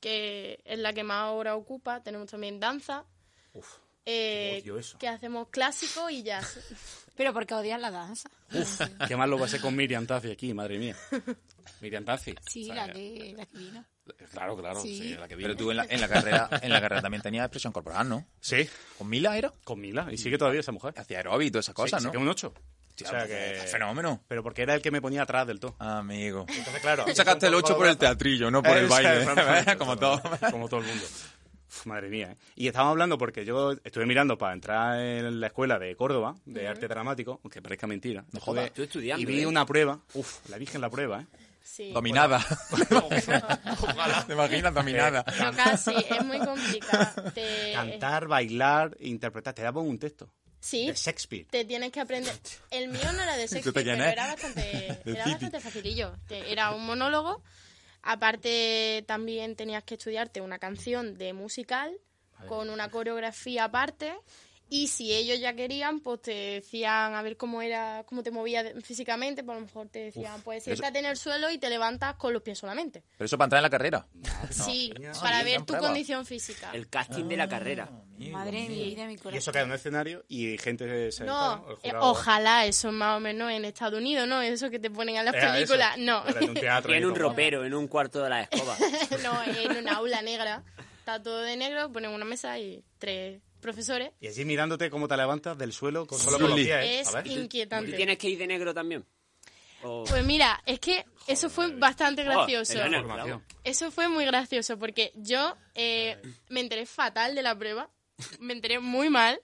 Speaker 10: que es la que más ahora ocupa. Tenemos también danza. eh,
Speaker 5: odio eso.
Speaker 10: que hacemos clásico y jazz.
Speaker 7: Pero porque odias la danza.
Speaker 5: ¿Qué más lo va a hacer con Miriam Tazi aquí, madre mía? Miriam Tazi.
Speaker 7: Sí,
Speaker 5: O sea,
Speaker 7: la que, la que vino.
Speaker 5: Claro, claro, sí,
Speaker 7: Sí.
Speaker 5: la que vino.
Speaker 6: Pero tú en la, en la carrera en la carrera también tenías expresión corporal, ¿no?
Speaker 5: Sí,
Speaker 6: ¿Con Mila era?
Speaker 5: con Mila. Y sigue todavía esa mujer.
Speaker 6: Hacía aeróbico y todas esas cosas,
Speaker 5: Sí,
Speaker 6: ¿no?
Speaker 5: saqué un 8.
Speaker 6: Hostia, pues, Fenómeno.
Speaker 5: Pero porque era el que me ponía atrás del todo.
Speaker 6: Amigo.
Speaker 5: Entonces, claro.
Speaker 6: Tú sacaste el 8 por el teatrillo, no por el baile. ¿eh? Como todo.
Speaker 5: Como todo el mundo. Uf, madre mía, ¿eh? Y estábamos hablando porque yo estuve mirando para entrar en la escuela de Córdoba, de arte dramático, aunque parezca mentira. No
Speaker 6: jodas,
Speaker 8: tú estudiando,
Speaker 5: Y vi
Speaker 8: ¿eh?
Speaker 5: una prueba. Uf, la Virgen la prueba, ¿eh?
Speaker 10: Sí.
Speaker 6: Dominada. Ojalá. ¿Te imaginas dominada?
Speaker 10: No, casi, es muy complicado. Te-
Speaker 5: Cantar, bailar, interpretar. Te daban un texto.
Speaker 10: Sí,
Speaker 5: De Shakespeare.
Speaker 10: te tienes que aprender. El mío no era de
Speaker 6: Tú
Speaker 10: sexo,
Speaker 6: te
Speaker 10: pero
Speaker 6: llenas.
Speaker 10: era bastante,
Speaker 6: De
Speaker 10: era
Speaker 6: City.
Speaker 10: bastante facilillo. Te- Era un monólogo. Aparte, también tenías que estudiarte una canción de musical con una coreografía aparte. Y si ellos ya querían, pues te decían a ver cómo era, cómo te movías de- físicamente. Por lo mejor te decían, pues siéntate en el suelo y te levantas con los pies solamente.
Speaker 6: Pero eso para entrar en la carrera.
Speaker 10: sí,
Speaker 6: genial.
Speaker 10: para
Speaker 6: Ah,
Speaker 10: ver
Speaker 6: eran
Speaker 10: tu
Speaker 6: pruebas.
Speaker 10: condición física.
Speaker 8: ¿eh? El casting de la carrera.
Speaker 7: Madre mía, vida de mi
Speaker 5: Y
Speaker 7: corazón.
Speaker 5: eso cae en un escenario y gente se.
Speaker 10: No,
Speaker 5: sentaba, el
Speaker 10: eh,
Speaker 5: jurado-
Speaker 10: ojalá eso más o menos en Estados Unidos, ¿no? Eso que te ponen a las
Speaker 5: Era Eh, eso.
Speaker 10: películas. No,
Speaker 5: Era en un teatro.
Speaker 8: Y en
Speaker 5: ahí
Speaker 8: un
Speaker 5: como-
Speaker 8: ropero, en un cuarto de la escoba.
Speaker 10: no, en una aula negra. Está todo de negro, ponen una mesa y tres profesores.
Speaker 5: Y allí mirándote cómo te levantas del suelo con solo
Speaker 6: Sí.
Speaker 5: con los pies, ¿eh?
Speaker 10: Es
Speaker 5: A ver.
Speaker 8: ¿Y
Speaker 10: inquietante.
Speaker 8: tienes que ir de negro también? O-
Speaker 10: Pues mira, es que eso fue bastante
Speaker 8: Oh,
Speaker 10: gracioso.
Speaker 8: Elena,
Speaker 5: Información.
Speaker 10: Eso fue muy gracioso porque yo eh, me enteré fatal de la prueba, me enteré muy mal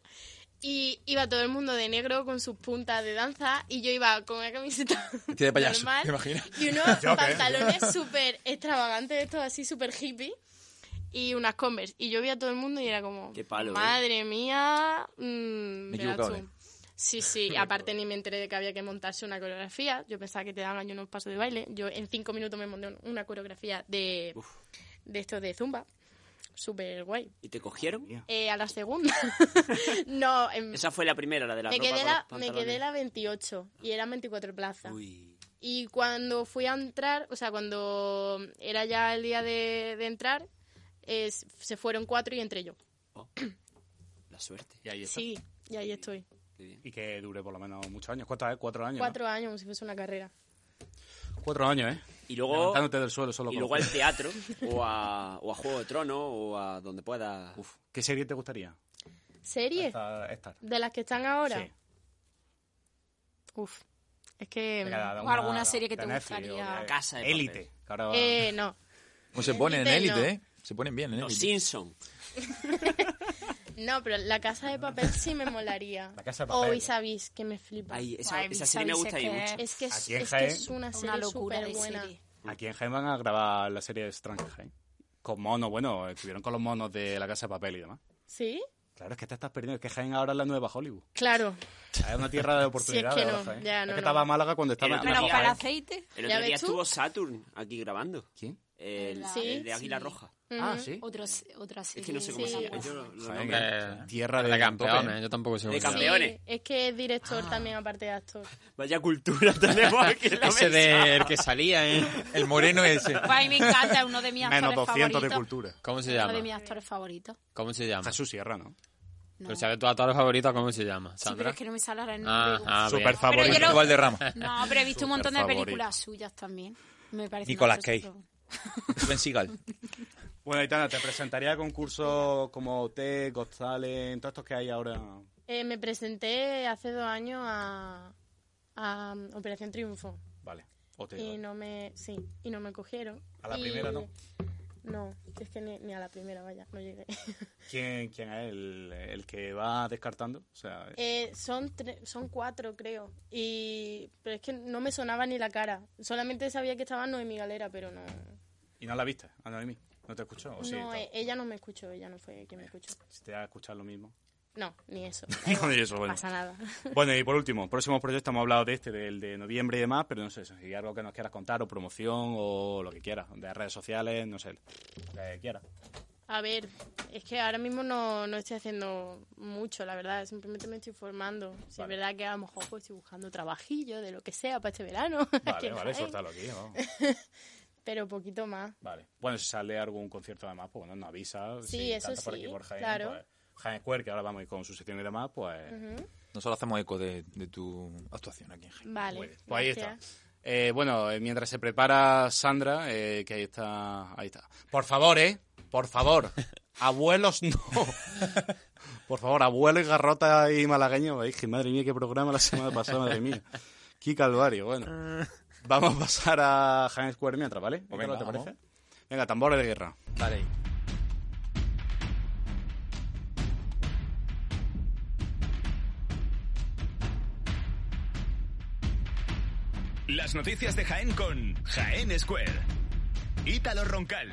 Speaker 10: y iba todo el mundo de negro con sus puntas de danza y yo iba con una camiseta
Speaker 6: Vestida de payaso,
Speaker 10: normal
Speaker 6: ¿te imaginas?
Speaker 10: y unos
Speaker 5: Yo qué.
Speaker 10: pantalones súper extravagantes, estos así súper hippie y unas Converse y yo vi a todo el mundo y era como
Speaker 8: Qué palo, ¿eh?
Speaker 10: madre mía mm,
Speaker 6: Me he
Speaker 10: verás
Speaker 6: equivocado,
Speaker 10: tú".
Speaker 6: ¿eh?
Speaker 10: Sí, sí, y aparte ni me enteré de que había que montarse una coreografía. Yo pensaba que te daban ahí unos pasos de baile. Yo en cinco minutos me monté un- una coreografía de, de esto de Zumba. Súper guay.
Speaker 8: ¿Y te cogieron?
Speaker 10: Eh, a la segunda. no, em,
Speaker 8: Esa fue la primera, la de la
Speaker 10: me,
Speaker 8: ropa
Speaker 10: quedé
Speaker 8: con
Speaker 10: la,
Speaker 8: los
Speaker 10: me
Speaker 8: pantalones.
Speaker 10: quedé la 28 y eran 24 plazas.
Speaker 8: Uy.
Speaker 10: Y cuando fui a entrar, o sea, cuando era ya el día de, de entrar, es- se fueron cuatro y entré yo.
Speaker 8: La suerte.
Speaker 5: Y ahí está.
Speaker 10: Sí, y ahí estoy.
Speaker 5: Y que dure por lo menos muchos años. ¿Cuántos? eh? Cuatro años. ¿no?
Speaker 10: Cuatro años, como si fuese una carrera.
Speaker 5: Cuatro años, ¿eh?
Speaker 8: Y luego-
Speaker 5: Levantándote del suelo solo
Speaker 8: Y
Speaker 5: con
Speaker 8: luego
Speaker 5: los
Speaker 8: al
Speaker 5: pies.
Speaker 8: teatro, o a, o a Juego de Tronos, o a donde pueda.
Speaker 5: ¿Qué serie te gustaría?
Speaker 10: ¿Series?
Speaker 5: Esta, esta.
Speaker 10: ¿De las que están ahora?
Speaker 5: Sí.
Speaker 10: Uf. Es que...
Speaker 5: Venga, da
Speaker 10: mm,
Speaker 5: una-
Speaker 7: alguna serie que
Speaker 5: de
Speaker 7: te
Speaker 5: Netflix
Speaker 7: gustaría.
Speaker 5: o de-
Speaker 8: Casa de
Speaker 5: Élite. que ahora va-
Speaker 10: Eh, no.
Speaker 6: ¿Cómo se ponen en
Speaker 10: Élite,
Speaker 6: élite, eh? Se ponen bien en
Speaker 8: Los
Speaker 6: élite.
Speaker 8: Simpsons.
Speaker 10: No, pero La Casa de Papel sí me molaría.
Speaker 5: La Casa de
Speaker 10: O
Speaker 5: Papel.
Speaker 10: Vis a Vis, que me flipa.
Speaker 8: Ahí, esa,
Speaker 7: Ay,
Speaker 8: esa serie me
Speaker 7: ¿sabes
Speaker 8: gusta
Speaker 7: qué
Speaker 8: ahí mucho.
Speaker 10: Es que es,
Speaker 5: Aquí en
Speaker 10: es que
Speaker 5: Jaén-
Speaker 10: es una serie
Speaker 7: Una locura de
Speaker 10: súper buena.
Speaker 7: serie.
Speaker 5: Aquí en Jaén van a grabar la serie de Stranger Jaén. Con monos, bueno, estuvieron con los monos de la casa de papel y demás.
Speaker 10: ¿Sí?
Speaker 5: Claro, es que te estás perdiendo. Es que Jaén ahora es la nueva Hollywood.
Speaker 10: Claro.
Speaker 5: Es una tierra de oportunidades.
Speaker 10: no,
Speaker 5: ahora, Jaén.
Speaker 10: ya,
Speaker 5: es
Speaker 10: no,
Speaker 5: que
Speaker 10: no.
Speaker 5: estaba Málaga cuando estaba.
Speaker 8: Pero
Speaker 5: la
Speaker 7: Pero
Speaker 8: Una
Speaker 7: para
Speaker 8: mujer.
Speaker 7: aceite.
Speaker 10: ¿Ya
Speaker 8: El otro día
Speaker 10: ves tú?
Speaker 8: estuvo Saturn aquí grabando.
Speaker 5: ¿Quién?
Speaker 8: El,
Speaker 7: Sí,
Speaker 8: el de Águila
Speaker 7: sí.
Speaker 8: Roja.
Speaker 5: Ah, sí.
Speaker 7: Otro, se- otra serie.
Speaker 8: Es que no sé cómo
Speaker 10: Sí.
Speaker 8: se llama.
Speaker 7: Uf,
Speaker 8: Yo lo- lo
Speaker 5: Jaén,
Speaker 8: nombro.
Speaker 9: Eh,
Speaker 5: tierra de,
Speaker 9: de campeones,
Speaker 8: ¿eh?
Speaker 9: yo tampoco sé.
Speaker 8: De
Speaker 9: cómo se llama.
Speaker 8: campeones.
Speaker 10: Sí, es que es
Speaker 7: Ah.
Speaker 10: director también, aparte de actor.
Speaker 8: Vaya cultura tenemos aquí en la
Speaker 9: Ese
Speaker 8: mesa.
Speaker 9: del que salía, ¿eh?
Speaker 6: El moreno ese.
Speaker 7: Ay, me encanta, uno de mis actores
Speaker 5: Menos 200
Speaker 7: favoritos.
Speaker 5: de cultura.
Speaker 9: ¿Cómo se
Speaker 7: Uno de
Speaker 9: llama?
Speaker 7: mis actores favoritos.
Speaker 9: ¿Cómo se llama?
Speaker 5: Jesús Sierra, ¿no?
Speaker 7: No.
Speaker 9: Pero sabes tú a todos los favoritos cómo se llama,
Speaker 7: sí, pero
Speaker 9: Sandra.
Speaker 7: es que no me sale ahora el nombre.
Speaker 9: Ah, ah, bien.
Speaker 5: Super favorito.
Speaker 7: Pero yo
Speaker 6: Igual de rama.
Speaker 7: No, pero he visto un montón de
Speaker 5: Superfavorito.
Speaker 7: películas suyas también. Me parece
Speaker 6: Nicolas
Speaker 7: una cosa
Speaker 6: Cage.
Speaker 7: súper buena.
Speaker 6: Ben Seagal.
Speaker 5: Bueno, Aitana, te presentaría a concursos como T, González, todos estos que hay ahora.
Speaker 10: Eh, me presenté hace dos años a, a um, Operación Triunfo
Speaker 5: Vale. O te-
Speaker 10: y Eh, no me sí y no me cogieron.
Speaker 5: A la
Speaker 10: Y-
Speaker 5: primera no.
Speaker 10: No, es que ni, ni a la primera vaya, no llegué.
Speaker 5: ¿Quién, quién es el, el que va descartando? O sea,
Speaker 10: Eh, son tre- son cuatro creo y pero es que no me sonaba ni la cara. Solamente sabía que estaba Noemí Galera, pero no.
Speaker 5: ¿y no la viste, a Noemí? ¿No te escuchó? ¿O Oh, sí?
Speaker 10: no,
Speaker 5: Tal.
Speaker 10: eh, ella no me escuchó, ella no fue quien me escuchó.
Speaker 5: Si te va a escuchar lo mismo.
Speaker 10: No, ni eso.
Speaker 5: Ni eso,
Speaker 10: No
Speaker 5: bueno.
Speaker 10: pasa nada.
Speaker 5: Bueno, y por último, próximos proyectos, hemos hablado de este, del de noviembre y demás, pero no sé, si hay algo que nos quieras contar, o promoción, o lo que quieras, de redes sociales, no sé, lo que quieras.
Speaker 10: A ver, es que ahora mismo no, no estoy haciendo mucho, la verdad. Simplemente me estoy formando. Si
Speaker 5: Vale.
Speaker 10: es verdad que a lo mejor pues, estoy buscando trabajillo de lo que sea para este verano. aquí
Speaker 5: Vale,
Speaker 10: en
Speaker 5: vale,
Speaker 10: Jaén,
Speaker 5: suéltalo aquí, vamos.
Speaker 10: Pero poquito más.
Speaker 5: Vale. Bueno, si sale algún concierto además, pues bueno, nos avisa.
Speaker 10: Sí,
Speaker 5: si
Speaker 10: eso
Speaker 5: canta por
Speaker 10: sí,
Speaker 5: aquí por Jaén,
Speaker 10: claro.
Speaker 5: pues, Jaén Square, que ahora vamos a ir con su sección y demás, pues...
Speaker 6: Nosotros hacemos eco de, de tu actuación aquí en Jaén.
Speaker 5: Muy
Speaker 10: Vale.
Speaker 5: bien. Pues ahí está.
Speaker 10: gracias.
Speaker 5: Eh, bueno, eh, mientras se prepara Sandra, eh, que ahí está, ahí está. Por favor, eh, por favor, abuelos no. Por favor, abuelos, garrota y malagueños. Dije, madre mía, qué programa la semana pasada, madre mía. Qué calvario, bueno. Vamos a pasar a James Square mientras, ¿vale?
Speaker 6: Pues venga,
Speaker 5: ¿Te
Speaker 6: vamos.
Speaker 5: parece? Venga, tambores de guerra.
Speaker 6: Vale.
Speaker 2: Las noticias de Jaén con Jaén Square. Ítalo Roncal.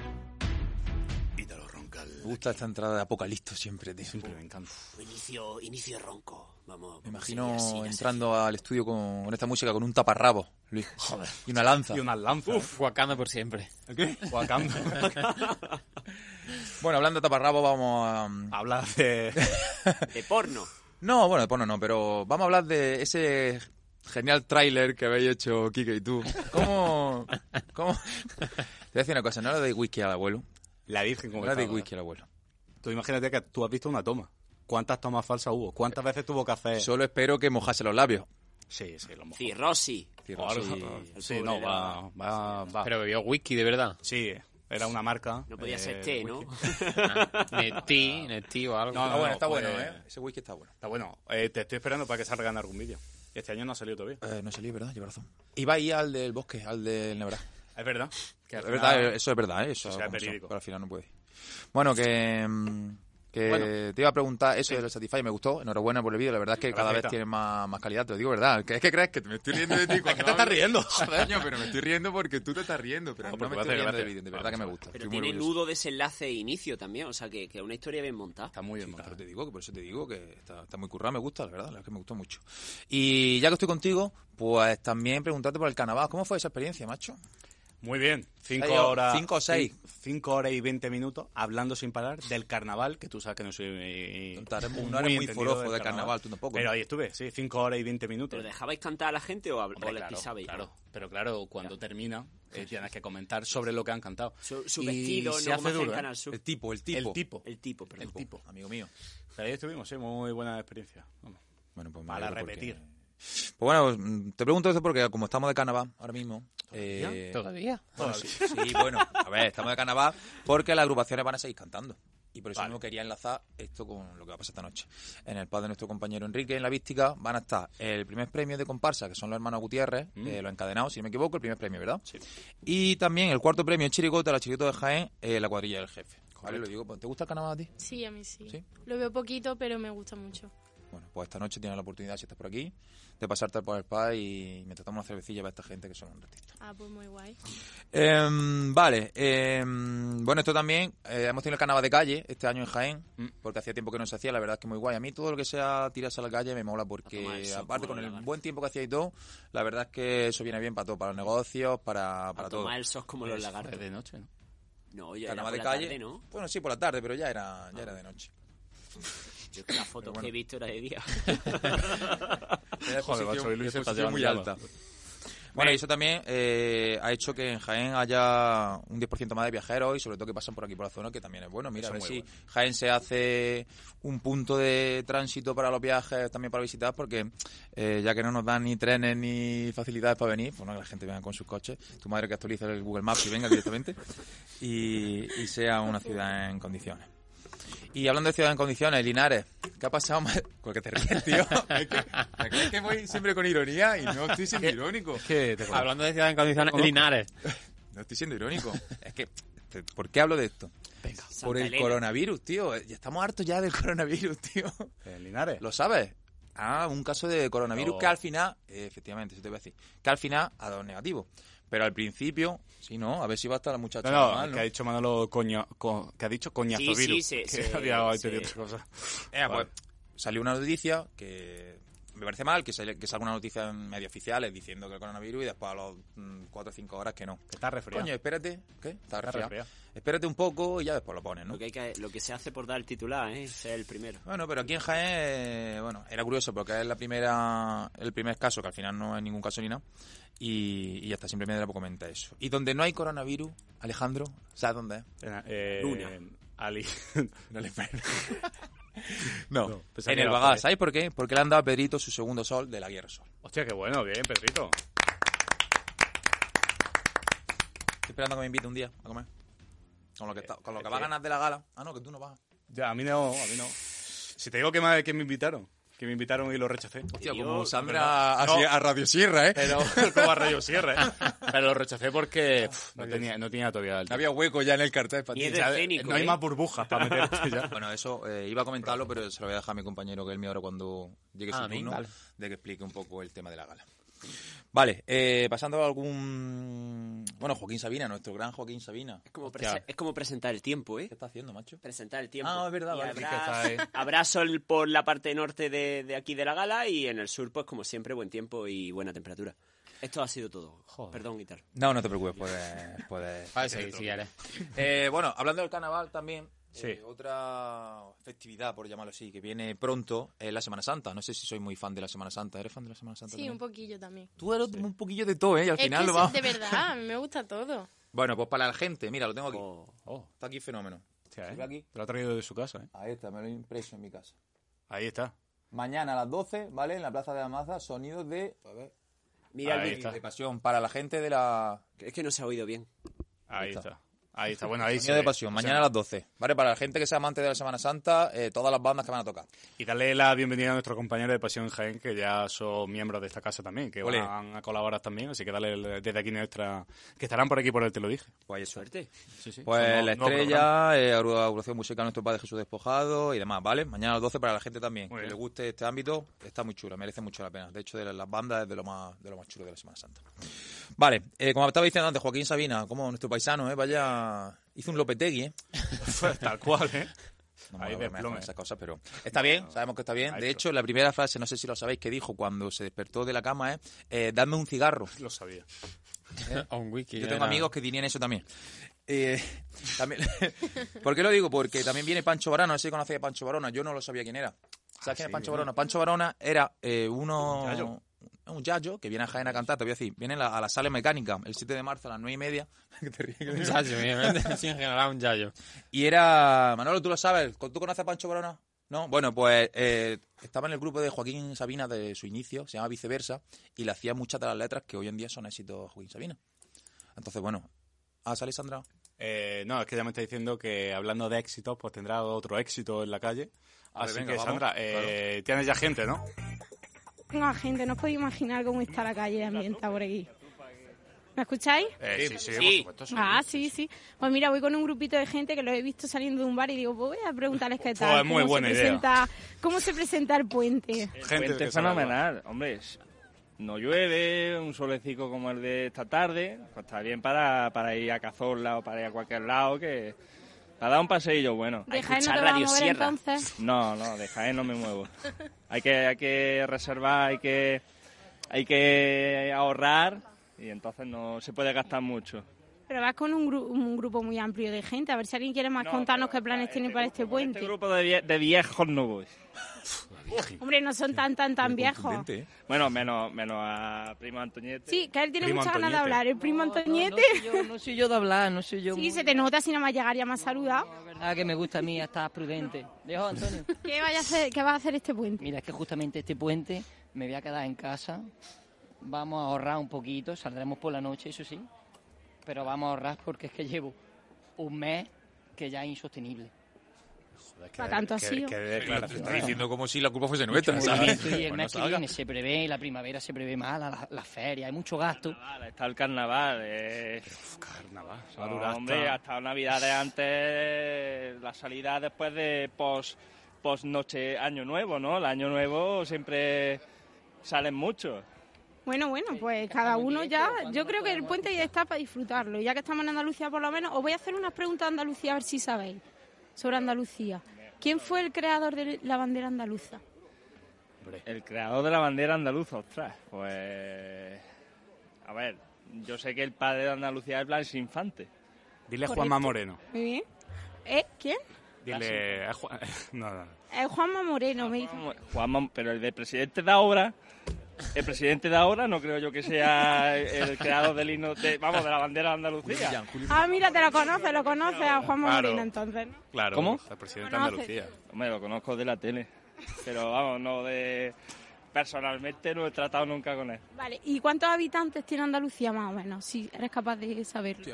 Speaker 6: Ítalo Roncal. Me gusta esta entrada de Apocalipto siempre, tío.
Speaker 5: Siempre me encanta.
Speaker 8: Inicio, inicio ronco. Vamos.
Speaker 6: Me imagino entrando al estudio con, con esta música con un taparrabo, Luis. Joder. Y una lanza.
Speaker 5: Y unas lanzas.
Speaker 9: Uf, Wakanda por siempre.
Speaker 5: ¿Qué? Wakanda.
Speaker 6: Bueno, hablando de taparrabo, vamos a.
Speaker 5: Habla de...
Speaker 8: De porno.
Speaker 6: No, bueno, después no, no, pero vamos a hablar de ese genial tráiler que habéis hecho Kike y tú. ¿Cómo.? ¿Cómo.? Te voy a decir una cosa, no le deis whisky al abuelo.
Speaker 5: La Virgen
Speaker 6: No
Speaker 5: como
Speaker 6: le deis
Speaker 5: estaba.
Speaker 6: whisky al abuelo.
Speaker 5: Tú imagínate que tú has visto una toma. ¿Cuántas tomas falsas hubo? ¿Cuántas veces tuvo que hacer...?
Speaker 6: Solo espero que mojase los labios.
Speaker 5: Sí, sí, lo mejor.
Speaker 8: Cirrosi.
Speaker 5: Sí,
Speaker 8: El
Speaker 5: no,
Speaker 8: pobre
Speaker 5: va, va, va.
Speaker 9: Pero bebió whisky, de verdad.
Speaker 5: sí, era una marca.
Speaker 8: No podía
Speaker 5: eh,
Speaker 8: ser té, ¿no?
Speaker 5: whisky.
Speaker 9: Neti, Neti o algo.
Speaker 5: No, no,
Speaker 6: Ah, bueno, está
Speaker 5: pues-
Speaker 6: bueno, ¿eh? Ese whisky está bueno.
Speaker 5: Está bueno, eh, te estoy esperando para que salga en algún vídeo. Este año no ha salido todavía.
Speaker 6: Eh, no salí, ¿verdad? Lleva razón. Iba a ir al del bosque, al del Nebrá.
Speaker 5: Es verdad. Que al
Speaker 6: Es
Speaker 5: final-
Speaker 6: verdad, eso es verdad, ¿eh?
Speaker 5: sea
Speaker 6: eso es como son,
Speaker 5: verídico.
Speaker 6: Pero al final no puede. Bueno, que, mm, que te iba a preguntar eso del Satisfy, me gustó. Enhorabuena por el vídeo, la verdad es que cada
Speaker 5: Gracias.
Speaker 6: vez tiene más, más calidad, te lo digo, ¿verdad? ¿Qué es que crees que me estoy riendo de ti? Cuando
Speaker 5: te estás
Speaker 6: hablo?
Speaker 5: riendo?
Speaker 6: Joder, coño, pero me estoy riendo porque tú te estás riendo, pero
Speaker 5: No,
Speaker 6: no,
Speaker 5: porque
Speaker 6: me
Speaker 5: me
Speaker 6: estoy
Speaker 5: hace
Speaker 6: riendo del
Speaker 5: gracia.
Speaker 6: vídeo, de
Speaker 5: Vamos
Speaker 6: verdad que me
Speaker 5: a ver.
Speaker 6: gusta.
Speaker 8: Pero
Speaker 6: estoy muy
Speaker 8: tiene
Speaker 6: orgulloso.
Speaker 8: nudo, desenlace e inicio también. O sea, que, que una historia bien montada.
Speaker 5: Está muy bien
Speaker 6: Sí, claro,
Speaker 5: montado.
Speaker 6: te digo que por eso te digo que está, está muy currada, me gusta, la verdad, la verdad que me gustó mucho. Y ya que estoy contigo, pues también preguntarte por el carnaval, ¿cómo fue esa experiencia, macho?
Speaker 5: Muy bien. Cinco
Speaker 6: Seis o-
Speaker 5: horas.
Speaker 6: cinco o seis.
Speaker 5: cin- Cinco horas y veinte minutos hablando sin parar del carnaval, que tú sabes que no soy. eh,
Speaker 6: Tú eres muy- no eres muy
Speaker 5: entendido
Speaker 6: forofo del carnaval, tú tampoco,
Speaker 5: Pero
Speaker 6: ¿no?
Speaker 5: ahí estuve, sí, cinco horas y veinte minutos.
Speaker 8: ¿Pero dejabais cantar a la gente o, habl-
Speaker 5: Hombre,
Speaker 8: o les
Speaker 5: claro,
Speaker 8: pisabais?
Speaker 5: claro. Pero claro, cuando termina, eh, tienes que comentar sobre lo que han cantado.
Speaker 8: Su, su
Speaker 5: Y
Speaker 8: vestido,
Speaker 5: se
Speaker 8: no
Speaker 5: hace
Speaker 8: como hacen
Speaker 5: duro,
Speaker 8: en
Speaker 5: ¿eh?
Speaker 8: Canal Sur.
Speaker 6: El tipo, el tipo.
Speaker 5: El tipo.
Speaker 8: El tipo, perdón.
Speaker 6: El tipo, amigo mío.
Speaker 5: Pero ahí estuvimos, sí, muy buena experiencia. Vamos.
Speaker 6: Bueno, pues me
Speaker 5: Para
Speaker 6: alegro porque-
Speaker 5: repetir.
Speaker 6: Pues bueno, mm, te pregunto esto porque como estamos de carnaval ahora mismo... eh,
Speaker 9: ¿Todavía?
Speaker 6: bueno, sí, sí, bueno, a ver, estamos de carnaval porque las agrupaciones van a seguir cantando. Y por eso mismo quería enlazar esto con lo que va a pasar esta noche. En el pad de nuestro compañero Enrique, en la vística, van a estar el primer premio de comparsa, que son los hermanos Gutiérrez, eh, los encadenados, si no me equivoco, el primer premio, ¿verdad? Sí. Y también el cuarto premio, Chirigota, la Chirigota de Jaén, eh, la cuadrilla del jefe. Vale, lo digo, pues, ¿te gusta el carnaval a ti?
Speaker 10: Sí, a mí sí.
Speaker 6: ¿Sí?
Speaker 10: Lo veo poquito, pero me gusta mucho.
Speaker 6: Bueno, pues esta noche tienes la oportunidad, si estás por aquí, de pasarte por el spa y mientras tomas una cervecilla para esta gente que son un artista.
Speaker 10: Ah, pues muy guay.
Speaker 6: vale, em, bueno, esto también, eh, hemos tenido el carnaval de calle este año en Jaén, porque hacía tiempo que no se hacía, la verdad es que muy guay. A mí todo lo que sea tirarse a la calle me mola, porque aparte con el buen tiempo que hacía y todo, la verdad es que eso viene bien para todo, para los negocios, para, para
Speaker 8: A
Speaker 6: todo.
Speaker 8: tomar el sos como los
Speaker 9: Fue
Speaker 8: lagartos.
Speaker 9: de noche, ¿no?
Speaker 8: No, ya era
Speaker 6: Carnaval
Speaker 8: por
Speaker 6: de
Speaker 8: la
Speaker 6: calle,
Speaker 8: tarde, ¿no?
Speaker 6: bueno, sí, por la tarde, pero ya era, ya era de noche.
Speaker 8: Yo es que las fotos que he visto era de día.
Speaker 6: Era
Speaker 9: Joder,
Speaker 6: exposición-
Speaker 9: macho, y Luis se está
Speaker 6: exposición muy
Speaker 9: llevando
Speaker 6: alta. Bueno, y eso también eh, ha hecho que en Jaén haya un 10% más de viajeros y sobre todo que pasan por aquí por la zona, que también es bueno. Mira, a ver si Jaén se hace un punto de tránsito para los viajes, también para visitar, porque eh, ya que no nos dan ni trenes ni facilidades para venir, pues no, que la gente venga con sus coches, tu madre que actualiza el Google Maps y venga directamente y, y sea una ciudad en condiciones. Y hablando de ciudad en condiciones, Linares, ¿qué ha pasado más? ¿Por qué te ríes, tío? Es que, es que voy siempre con ironía y no estoy siendo irónico.
Speaker 9: ¿Qué te Hablando de ciudad en condiciones, Linares.
Speaker 6: No estoy siendo irónico. Es que, te- ¿por qué hablo de esto? Por
Speaker 8: Santa
Speaker 6: el
Speaker 8: Elena.
Speaker 6: coronavirus, tío. Eh, Ya estamos hartos ya del coronavirus, tío.
Speaker 5: En eh, Linares.
Speaker 6: ¿Lo sabes? Ah, un caso de coronavirus que al final, eh, efectivamente, eso te voy a decir, que al final ha dado negativo. Pero al principio, sí, no, a ver si va a estar la muchacha
Speaker 5: No, no,
Speaker 6: normal,
Speaker 5: el
Speaker 6: ¿no?
Speaker 5: que ha dicho Manolo coño, co- que ha dicho coñazo
Speaker 8: Sí, sí,
Speaker 5: virus.
Speaker 8: se-
Speaker 5: que
Speaker 8: se-
Speaker 5: había
Speaker 8: se-
Speaker 5: entendido otra cosa.
Speaker 6: Eh,
Speaker 5: Vale.
Speaker 6: pues, salió una noticia que me parece mal que, sale- que salga una noticia en medios oficiales diciendo que el coronavirus y después a los 4 o 5 horas que no.
Speaker 5: Que Está resfriado.
Speaker 6: Coño, espérate. ¿Qué? Está
Speaker 5: Está
Speaker 6: resfriado.
Speaker 5: resfriado.
Speaker 6: Espérate un poco y ya después lo pones, ¿no?
Speaker 8: Lo que, hay que, lo que se hace por dar el titular, ¿eh? Ser el primero.
Speaker 6: Bueno, pero aquí en Jaén, eh, bueno, era curioso porque es la primera, el primer caso, que al final no es ningún caso ni nada, y, y hasta simplemente lo comenta eso. Y donde no hay coronavirus, Alejandro, ¿sabes dónde es?
Speaker 5: Eh, eh,
Speaker 8: Luna.
Speaker 5: Ali. no le espero.
Speaker 6: No,
Speaker 5: pensaba
Speaker 6: en
Speaker 5: que
Speaker 6: el
Speaker 5: era
Speaker 6: Bagá,
Speaker 5: Jaén.
Speaker 6: ¿sabes por qué? Porque le han dado a Pedrito su segundo sol de la Guerra Sol.
Speaker 5: Hostia, qué bueno, bien, Pedrito.
Speaker 6: Estoy esperando que me invite un día a comer. Con lo que, está- con lo que va a ganar de la gala. Ah, no, que tú no vas.
Speaker 5: Ya, a mí no, a mí no. Si te digo que me, que me invitaron, que me invitaron y lo rechacé.
Speaker 6: Hostia,
Speaker 8: Yo,
Speaker 6: como Sandra así a Radio Sierra, ¿eh?
Speaker 5: Pero como a Radio Sierra, ¿eh?
Speaker 9: Pero lo rechacé porque pff,
Speaker 5: No tenía, no tenía todavía el
Speaker 6: No había hueco ya en el cartel para ti.
Speaker 8: Miedo
Speaker 6: Ya-
Speaker 8: escénico,
Speaker 5: No hay
Speaker 8: ¿eh?
Speaker 5: más burbujas para meterte ya.
Speaker 6: Bueno, eso eh, iba a comentarlo, pero se lo voy a dejar a mi compañero que él me ahora cuando llegue su
Speaker 9: Ah, a mí,
Speaker 6: turno
Speaker 9: vale.
Speaker 6: de que explique un poco el tema de la gala. Vale, eh, pasando a algún... Bueno, Joaquín Sabina, nuestro gran Joaquín Sabina.
Speaker 8: Es como, prese- es como presentar el tiempo, ¿eh?
Speaker 6: ¿Qué está haciendo, macho?
Speaker 8: Presentar el tiempo.
Speaker 6: Ah, es verdad,
Speaker 8: Y
Speaker 6: vale.
Speaker 8: habrá,
Speaker 9: Sí que
Speaker 8: habrá sol por la parte norte de, de aquí de la gala y en el sur, pues como siempre, buen tiempo y buena temperatura. Esto ha sido todo. Perdón, guitar.
Speaker 6: No, no te preocupes, puedes... puedes-
Speaker 9: a ver si si eres.
Speaker 6: Eh, bueno, hablando del carnaval también, eh, otra festividad, por llamarlo así, que viene pronto, es la Semana Santa. No sé si soy muy fan de la Semana Santa. ¿Eres fan de la Semana Santa?
Speaker 10: Sí,
Speaker 6: también?
Speaker 10: un poquillo también.
Speaker 6: Tú eres un poquillo de todo, ¿eh? Y al
Speaker 10: Es
Speaker 6: final
Speaker 10: que
Speaker 6: lo
Speaker 10: sí,
Speaker 6: vamos...
Speaker 10: de verdad, a mí me gusta todo.
Speaker 6: Bueno, pues para la gente, mira, lo tengo aquí.
Speaker 8: Oh.
Speaker 5: Oh,
Speaker 6: Está aquí fenómeno.
Speaker 5: hostia,
Speaker 6: ¿Se
Speaker 5: ¿eh?
Speaker 6: ve aquí?
Speaker 5: Te lo ha traído de su casa, ¿eh?
Speaker 6: Ahí está, me lo he impreso en mi casa.
Speaker 5: Ahí está.
Speaker 6: Mañana a las 12, ¿vale? En la Plaza de la Maza, sonidos de... A ver.
Speaker 8: Mira,
Speaker 5: Ahí
Speaker 8: Luis,
Speaker 5: está.
Speaker 6: De pasión, para la gente de la...
Speaker 8: es que no se ha oído bien.
Speaker 5: Ahí está. Ahí está. Bueno, ahí sí.
Speaker 6: Sonido de pasión, mañana a las 12. Vale, para la gente que sea amante de la Semana Santa, eh, todas las bandas que van a tocar.
Speaker 5: Y darle la bienvenida a nuestros compañeros de Pasión Jaén, que ya son miembros de esta casa también, que
Speaker 6: Ole.
Speaker 5: van a colaborar también. Así que dale el- desde aquí nuestra. que estarán por aquí por el te lo dije.
Speaker 6: Pues eso.
Speaker 8: Suerte.
Speaker 6: Pues
Speaker 5: Son
Speaker 6: la
Speaker 5: nuevos- nuevos
Speaker 6: estrella, eh, agru- agrupación musical Nuestro Padre Jesús Despojado y demás, ¿vale? Mañana a las 12 para la gente también.
Speaker 5: Muy
Speaker 6: Que
Speaker 5: bien.
Speaker 6: le guste este ámbito, está muy chula, merece mucho la pena. De hecho, de la- las bandas es de lo más, de lo más chulo de la Semana Santa. Vale, eh, como estaba diciendo antes, Joaquín Sabina, como nuestro paisano, ¿eh? Vaya, hizo un Lopetegui, ¿eh?
Speaker 5: Tal cual, ¿eh?
Speaker 6: No
Speaker 5: Ahí
Speaker 6: me voy a
Speaker 5: desplome.
Speaker 6: esas cosas, pero está bien, sabemos que está bien. De hecho, la primera frase, no sé si lo sabéis, que dijo cuando se despertó de la cama es, eh, dadme un cigarro.
Speaker 5: Lo sabía.
Speaker 9: On wiki.
Speaker 6: Yo tengo
Speaker 9: era-
Speaker 6: amigos que dirían eso también. Eh, también- ¿Por qué lo digo? Porque también viene Pancho Varona, no sé si conocéis a Pancho Varona, yo no lo sabía quién era. ¿Sabes quién es Pancho Varona? Pancho Varona era eh, uno...
Speaker 5: Un yayo.
Speaker 6: Un yayo que viene a Jaén a cantar, te voy a decir, viene a la, a la sala mecánica el 7 de marzo a las 9 y media. Que te ríes.
Speaker 9: Un yayo, mira, sí, en general un yayo.
Speaker 6: y era... Manolo, tú lo sabes, ¿tú conoces a Pancho Varona? No, bueno, pues eh, estaba en el grupo de Joaquín Sabina de su inicio, se llama Viceversa, y le hacía muchas de las letras que hoy en día son éxitos de Joaquín Sabina. Entonces, bueno. ¿Ah, sale Sandra?
Speaker 5: Eh, no, es que ya me está diciendo que hablando de éxitos, pues tendrá otro éxito en la calle.
Speaker 6: A ver,
Speaker 5: Así
Speaker 6: Ah, venga,
Speaker 5: que,
Speaker 6: vamos.
Speaker 5: Sandra, eh, tienes ya gente, ¿no?
Speaker 4: No, gente, no os podéis imaginar cómo está la calle ambientada por aquí. ¿Me escucháis?
Speaker 5: Eh, sí, sí,
Speaker 4: Sí.
Speaker 5: por supuesto.
Speaker 4: Ah, sí, sí. Pues mira, voy con un grupito de gente que lo he visto saliendo de un bar y digo, pues voy a preguntarles qué tal.
Speaker 5: Pues muy
Speaker 4: cómo se
Speaker 5: buena idea.
Speaker 4: presenta- ¿Cómo se presenta el puente?
Speaker 11: Gente fenomenal, hombre. es- No llueve, un solecito como el de esta tarde, pues está bien para, para ir a Cazorla o para ir a cualquier lado, que para dar un paseillo bueno.
Speaker 7: De Jaén no te vas a mover entonces.
Speaker 11: No, no, de Jaén no me muevo. Hay que, hay que reservar, hay que, hay que ahorrar y entonces no se puede gastar mucho.
Speaker 4: Pero vas con un, gru- un grupo muy amplio de gente. A ver si alguien quiere más contarnos qué planes tienen para este puente.
Speaker 11: Este grupo de, vie- de viejos no voy.
Speaker 4: Hombre, no son tan, tan, tan viejos.
Speaker 5: eh.
Speaker 11: Bueno, menos, menos a prima Antoñete.
Speaker 4: Sí, que él tiene
Speaker 11: Primo
Speaker 4: muchas ganas de
Speaker 11: Antoñete.
Speaker 4: hablar. El primo Antoñete.
Speaker 12: No soy yo de hablar, no soy yo.
Speaker 4: Sí, se te nota si nada más llegar ya más saludado.
Speaker 12: verdad que me gusta a mí estar prudente. Dejo, Antonio.
Speaker 4: ¿Qué, vaya a hacer, ¿Qué vas a hacer este puente?
Speaker 12: Mira, es que justamente este puente me voy a quedar en casa. Vamos a ahorrar un poquito, saldremos por la noche, eso sí. Pero vamos a ahorrar porque es que llevo un mes que ya es insostenible.
Speaker 4: Para tanto
Speaker 12: que-
Speaker 4: así.
Speaker 12: que-
Speaker 5: declaración.
Speaker 6: Está diciendo como si la culpa fuese
Speaker 12: Mucho
Speaker 6: nuestra, ¿sabes?
Speaker 12: movimiento y el
Speaker 6: Pues no
Speaker 12: mes que
Speaker 6: salga.
Speaker 12: viene se prevé, la primavera se prevé mala, la, la feria, hay mucho gasto.
Speaker 11: Está el carnaval. eh.
Speaker 5: carnaval.
Speaker 12: va a durar
Speaker 11: hombre,
Speaker 12: hasta-
Speaker 11: hasta Navidades antes, la salida después de pos, pos noche año nuevo, ¿no? El año nuevo siempre salen muchos.
Speaker 4: Bueno, bueno, pues cada uno ya. Yo creo que el puente ya está para disfrutarlo. Ya que estamos en Andalucía, por lo menos, os voy a hacer unas preguntas a Andalucía a ver si sabéis sobre Andalucía. ¿Quién fue el creador de la bandera andaluza?
Speaker 11: El creador de la bandera andaluza, ostras, pues... A ver, yo sé que el padre de Andalucía es Blas Infante.
Speaker 5: Dile a Juanma Correcto. Moreno.
Speaker 4: Muy bien. ¿Eh? ¿Quién?
Speaker 5: Dile a Juan... No, no, no.
Speaker 4: Eh, Juanma Moreno, me dice.
Speaker 11: Juanma, pero el de presidente de ahora... El presidente de ahora no creo yo que sea el creador del himno, de, vamos, de la bandera de Andalucía.
Speaker 4: Ah, mira, te lo conoce, lo conoce a Juanma
Speaker 11: Claro.
Speaker 4: Moreno entonces, ¿no?
Speaker 5: Claro,
Speaker 11: ¿Cómo?
Speaker 5: el presidente
Speaker 4: Conoce. Andalucía.
Speaker 11: Hombre, lo conozco de la tele. Pero vamos, no de. Personalmente no he tratado nunca con él.
Speaker 4: Vale, ¿y cuántos habitantes tiene Andalucía más o menos? Si eres capaz de saberlo.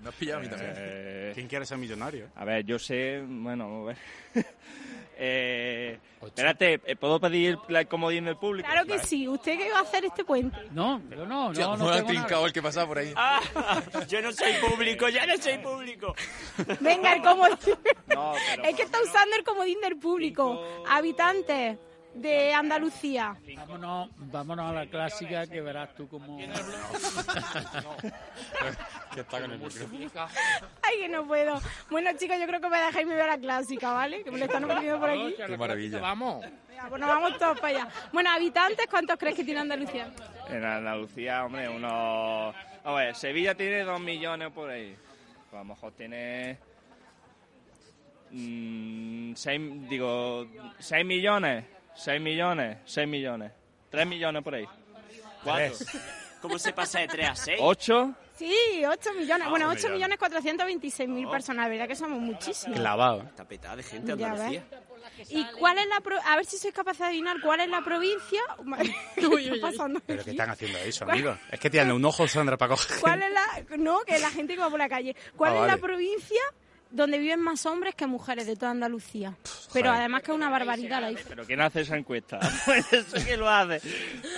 Speaker 11: No has
Speaker 6: ¿eh? pillado a mí también.
Speaker 5: Eh, ¿Quién quiere ser millonario?
Speaker 11: A ver, yo sé. Bueno, vamos a ver. Eh, espérate, ¿eh, ¿puedo pedir el comodín del público?
Speaker 4: Claro que sí. ¿Usted qué va a hacer este puente?
Speaker 12: No, yo no,
Speaker 6: Hostia, no ha trincado el que pasaba por ahí.
Speaker 8: Ah, Yo no soy público, ya no soy público.
Speaker 4: Venga, el comodín.
Speaker 11: No,
Speaker 4: es que está usando el comodín del público. Habitantes de Andalucía.
Speaker 13: Vámonos, vámonos a la clásica que verás tú como...
Speaker 9: que está con el micrófono.
Speaker 4: Ay, que no puedo. Bueno, chicos, yo creo que me dejáis ver la clásica, ¿vale? Que me lo están ofreciendo por aquí.
Speaker 9: Qué maravilla.
Speaker 13: Vamos.
Speaker 4: Venga, pues nos vamos todos para allá. Bueno, habitantes, ¿cuántos crees que tiene Andalucía?
Speaker 11: En Andalucía, hombre, unos. A ver, Sevilla tiene dos millones por ahí. Pues a lo mejor tiene. mm, seis, digo, seis millones, seis millones, seis millones, tres millones por ahí. Cuatro.
Speaker 8: ¿Cómo se pasa de 3 a 6?
Speaker 11: ¿Ocho?
Speaker 4: Sí, 8 millones.
Speaker 8: Ah,
Speaker 4: bueno,
Speaker 8: un
Speaker 4: 8
Speaker 8: millón.
Speaker 4: millones 426 mil personas, ¿verdad? Que somos muchísimos.
Speaker 5: Clavado.
Speaker 8: Está petada de gente
Speaker 4: Ya ves.
Speaker 8: Andalucía.
Speaker 4: ¿Y cuál es la pro- A ver si sois capaces de adivinar cuál es la provincia. ¿Qué está pasando?
Speaker 5: ¿Pero qué están haciendo eso,
Speaker 4: ¿Cuál-
Speaker 5: amigo? Es que tienen un ojo, Sandra, para coger.
Speaker 4: ¿Cuál es la no que la gente que va por la calle? ¿Cuál
Speaker 5: Ah,
Speaker 4: es la
Speaker 5: vale.
Speaker 4: provincia donde viven más hombres que mujeres de toda Andalucía? Pero
Speaker 11: joder.
Speaker 4: además que es una barbaridad la diferencia.
Speaker 11: ¿Pero quién hace esa encuesta? Eso que lo hace.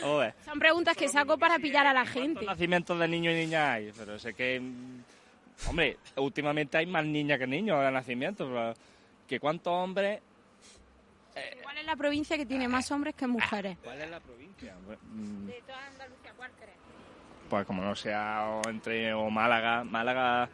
Speaker 11: Joder.
Speaker 4: Son preguntas que saco para pillar a la gente.
Speaker 11: Nacimientos de niños y niñas hay, pero sé que. mm, Hombre, últimamente hay más niñas que niños de nacimiento, pero. ¿Que cuántos hombres.?
Speaker 4: ¿Cuál es la provincia que
Speaker 8: Ah,
Speaker 4: tiene
Speaker 8: eh.
Speaker 4: más hombres que mujeres?
Speaker 11: ¿Cuál es la provincia?
Speaker 4: De toda Andalucía, ¿cuál crees?
Speaker 11: Pues como no sea o entre o Málaga, Málaga.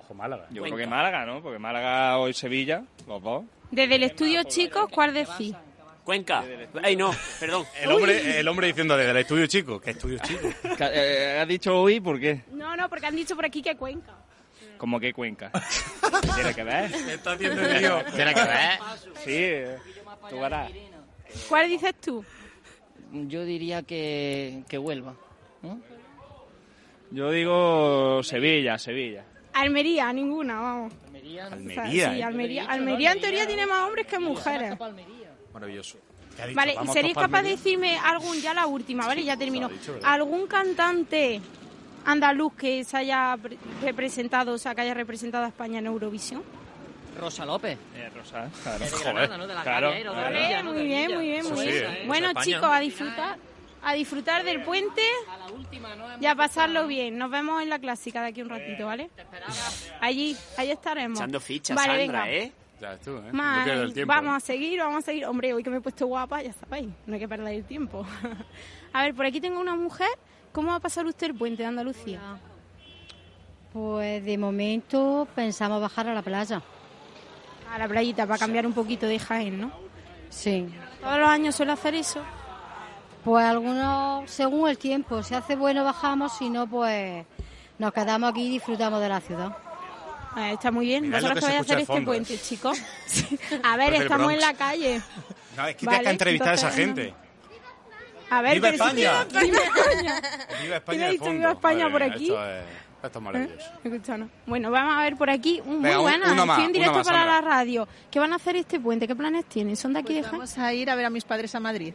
Speaker 5: Ojo, Málaga.
Speaker 11: Yo
Speaker 4: Cuenca.
Speaker 11: creo que Málaga, ¿no? Porque Málaga hoy Sevilla, los dos.
Speaker 4: Desde el estudio, chicos, ¿cuál decís?
Speaker 8: Cuenca. Ay, no, perdón.
Speaker 5: El hombre, el hombre diciendo desde el estudio chico, que estudio chico. eh,
Speaker 11: ¿Has dicho hoy por qué?
Speaker 4: No, no, porque han dicho por aquí que Cuenca.
Speaker 11: Como que Cuenca. Tiene que ver.
Speaker 5: Está haciendo el lío.
Speaker 11: Tiene que ver. Sí, eh, tú verás.
Speaker 4: ¿Cuál dices tú?
Speaker 12: Yo diría que, que Huelva.
Speaker 11: Yo digo Sevilla, Sevilla.
Speaker 4: Almería, ninguna, vamos.
Speaker 12: Almería,
Speaker 4: Almería,
Speaker 5: Almería,
Speaker 4: sí,
Speaker 5: ¿eh?
Speaker 4: Almería,
Speaker 12: Almería,
Speaker 4: Almería en
Speaker 12: Almería.
Speaker 4: teoría tiene más hombres que mujeres.
Speaker 6: Maravilloso.
Speaker 4: Vale, ¿y seréis capaz de decirme algún, ya la última, ¿vale? Ya termino.
Speaker 6: dicho, ¿verdad?
Speaker 4: ¿Algún cantante andaluz que se haya pre- representado, o sea, que haya representado a España en Eurovisión?
Speaker 12: Eh, Rosa López.
Speaker 11: Rosa, claro.
Speaker 12: de Granada, ¿no? De la Claro. Galia, ¿eh? Lo de
Speaker 4: Vale,
Speaker 12: Sevilla, ¿no?
Speaker 4: muy
Speaker 12: De
Speaker 4: bien,
Speaker 12: Sevilla.
Speaker 4: muy bien,
Speaker 12: Sí,
Speaker 4: muy
Speaker 12: sí,
Speaker 4: bien.
Speaker 12: esa, ¿eh?
Speaker 4: Bueno,
Speaker 12: España.
Speaker 4: chicos, a disfrutar, a disfrutar del puente y a pasarlo bien. Nos vemos en la clásica de aquí un ratito, ¿vale? Allí, allí estaremos.
Speaker 8: Echando fichas,
Speaker 4: Vale,
Speaker 8: Sandra,
Speaker 4: venga.
Speaker 8: ¿eh?
Speaker 5: Ya tú, ¿eh?
Speaker 4: Más, vamos a seguir, vamos a seguir. Hombre, hoy que me he puesto guapa, ya sabéis, no hay que perder el tiempo. a ver, por aquí tengo una mujer. ¿Cómo va a pasar usted el puente de Andalucía?
Speaker 14: Pues de momento pensamos bajar a la playa.
Speaker 4: A la playita, para cambiar un poquito de Jaén, ¿no?
Speaker 14: Sí.
Speaker 4: Todos los años suelo hacer eso.
Speaker 14: Pues algunos, según el tiempo, si hace bueno bajamos, si no, pues nos quedamos aquí y disfrutamos de la ciudad.
Speaker 4: Eh, está muy bien.
Speaker 14: Mirad lo
Speaker 4: Vosotros
Speaker 14: que
Speaker 4: que
Speaker 14: se
Speaker 4: vais a
Speaker 14: escucha
Speaker 4: hacer
Speaker 14: de
Speaker 4: este
Speaker 14: fondo, eh.
Speaker 4: puente, chicos. Sí. A ver,
Speaker 5: Desde el
Speaker 4: estamos en
Speaker 5: Bronx.
Speaker 4: la calle.
Speaker 5: No, es que
Speaker 4: Vale,
Speaker 5: tienes que entrevistar a esa
Speaker 4: entonces,
Speaker 5: gente.
Speaker 4: A ver,
Speaker 5: ¡Viva
Speaker 4: pero si-
Speaker 5: España!
Speaker 4: ¡Viva España!
Speaker 5: Viva
Speaker 4: ¿Quién ha
Speaker 5: España de
Speaker 4: dicho
Speaker 5: fondo.
Speaker 4: viva España
Speaker 5: Madre
Speaker 4: por
Speaker 5: mía,
Speaker 4: aquí?
Speaker 5: Esto es, esto es maravilloso.
Speaker 4: ¿Eh? Escucha, no. Bueno, vamos a ver por aquí. Un- Muy
Speaker 5: Venga, un-
Speaker 4: buenas.
Speaker 5: uno más,
Speaker 4: Estoy en
Speaker 5: uno
Speaker 4: directo
Speaker 5: más,
Speaker 4: para
Speaker 5: Sandra.
Speaker 4: la radio. ¿Qué van a hacer este puente? ¿Qué planes tienen? ¿Son de aquí de Jaén?
Speaker 15: Pues Vamos a ir a ver a mis padres a Madrid.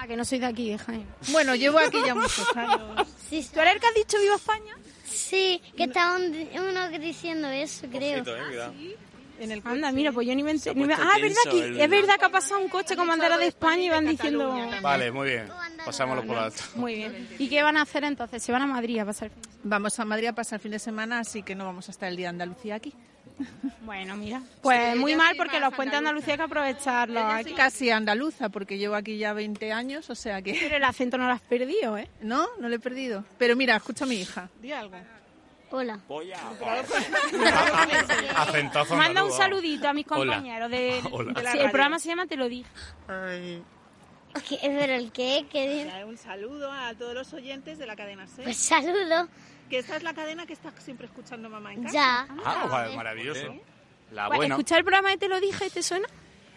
Speaker 4: Ah, que no soy de aquí de Jaén.
Speaker 15: Bueno, llevo aquí ya muchos años.
Speaker 4: ¿Tú eres el que has dicho viva España?
Speaker 16: Sí, que estaban di- uno diciendo eso, creo.
Speaker 5: eh,
Speaker 16: Ah,
Speaker 4: Anda, mira, pues yo ni me enteré.
Speaker 5: puesto
Speaker 4: Ah, es verdad,
Speaker 5: tenso
Speaker 4: que,
Speaker 5: el-
Speaker 4: es verdad que ha pasado un coche con bandera de España y van diciendo...
Speaker 5: Vale, muy bien. Pasámoslo por alto.
Speaker 4: Muy bien. ¿Y qué van a hacer entonces? ¿Se van a Madrid a pasar el fin de
Speaker 15: Vamos a Madrid a pasar el fin de semana, así que no vamos a estar el día de Andalucía aquí.
Speaker 4: Bueno, mira. Pues muy mal porque los puentes de Andalucía hay que aprovecharlos. aquí.
Speaker 15: Casi andaluza, porque llevo aquí ya 20 años, o sea que...
Speaker 4: Pero el acento no lo has perdido, ¿eh?
Speaker 15: No, no lo he perdido. Pero mira, escucha a mi hija.
Speaker 16: Di algo. Hola.
Speaker 5: Acentazo
Speaker 4: Manda un
Speaker 5: andaluz, vamos.
Speaker 4: saludito a mis
Speaker 5: Hola.
Speaker 4: compañeros de,
Speaker 5: Hola.
Speaker 4: de la
Speaker 5: Sí,
Speaker 4: radio.
Speaker 5: el
Speaker 4: El programa se llama Te lo dije.
Speaker 16: ¿Qué, ¿Pero el qué? ¿Qué
Speaker 15: Un saludo a todos los oyentes de la cadena C.
Speaker 16: Pues saludo.
Speaker 15: Que esta es la cadena que está siempre escuchando mamá en casa.
Speaker 16: Ya.
Speaker 5: Ah, guau, maravilloso. La
Speaker 4: Ah, Bueno,
Speaker 5: buena.
Speaker 4: escuchar el programa de Te lo dije, ¿te suena?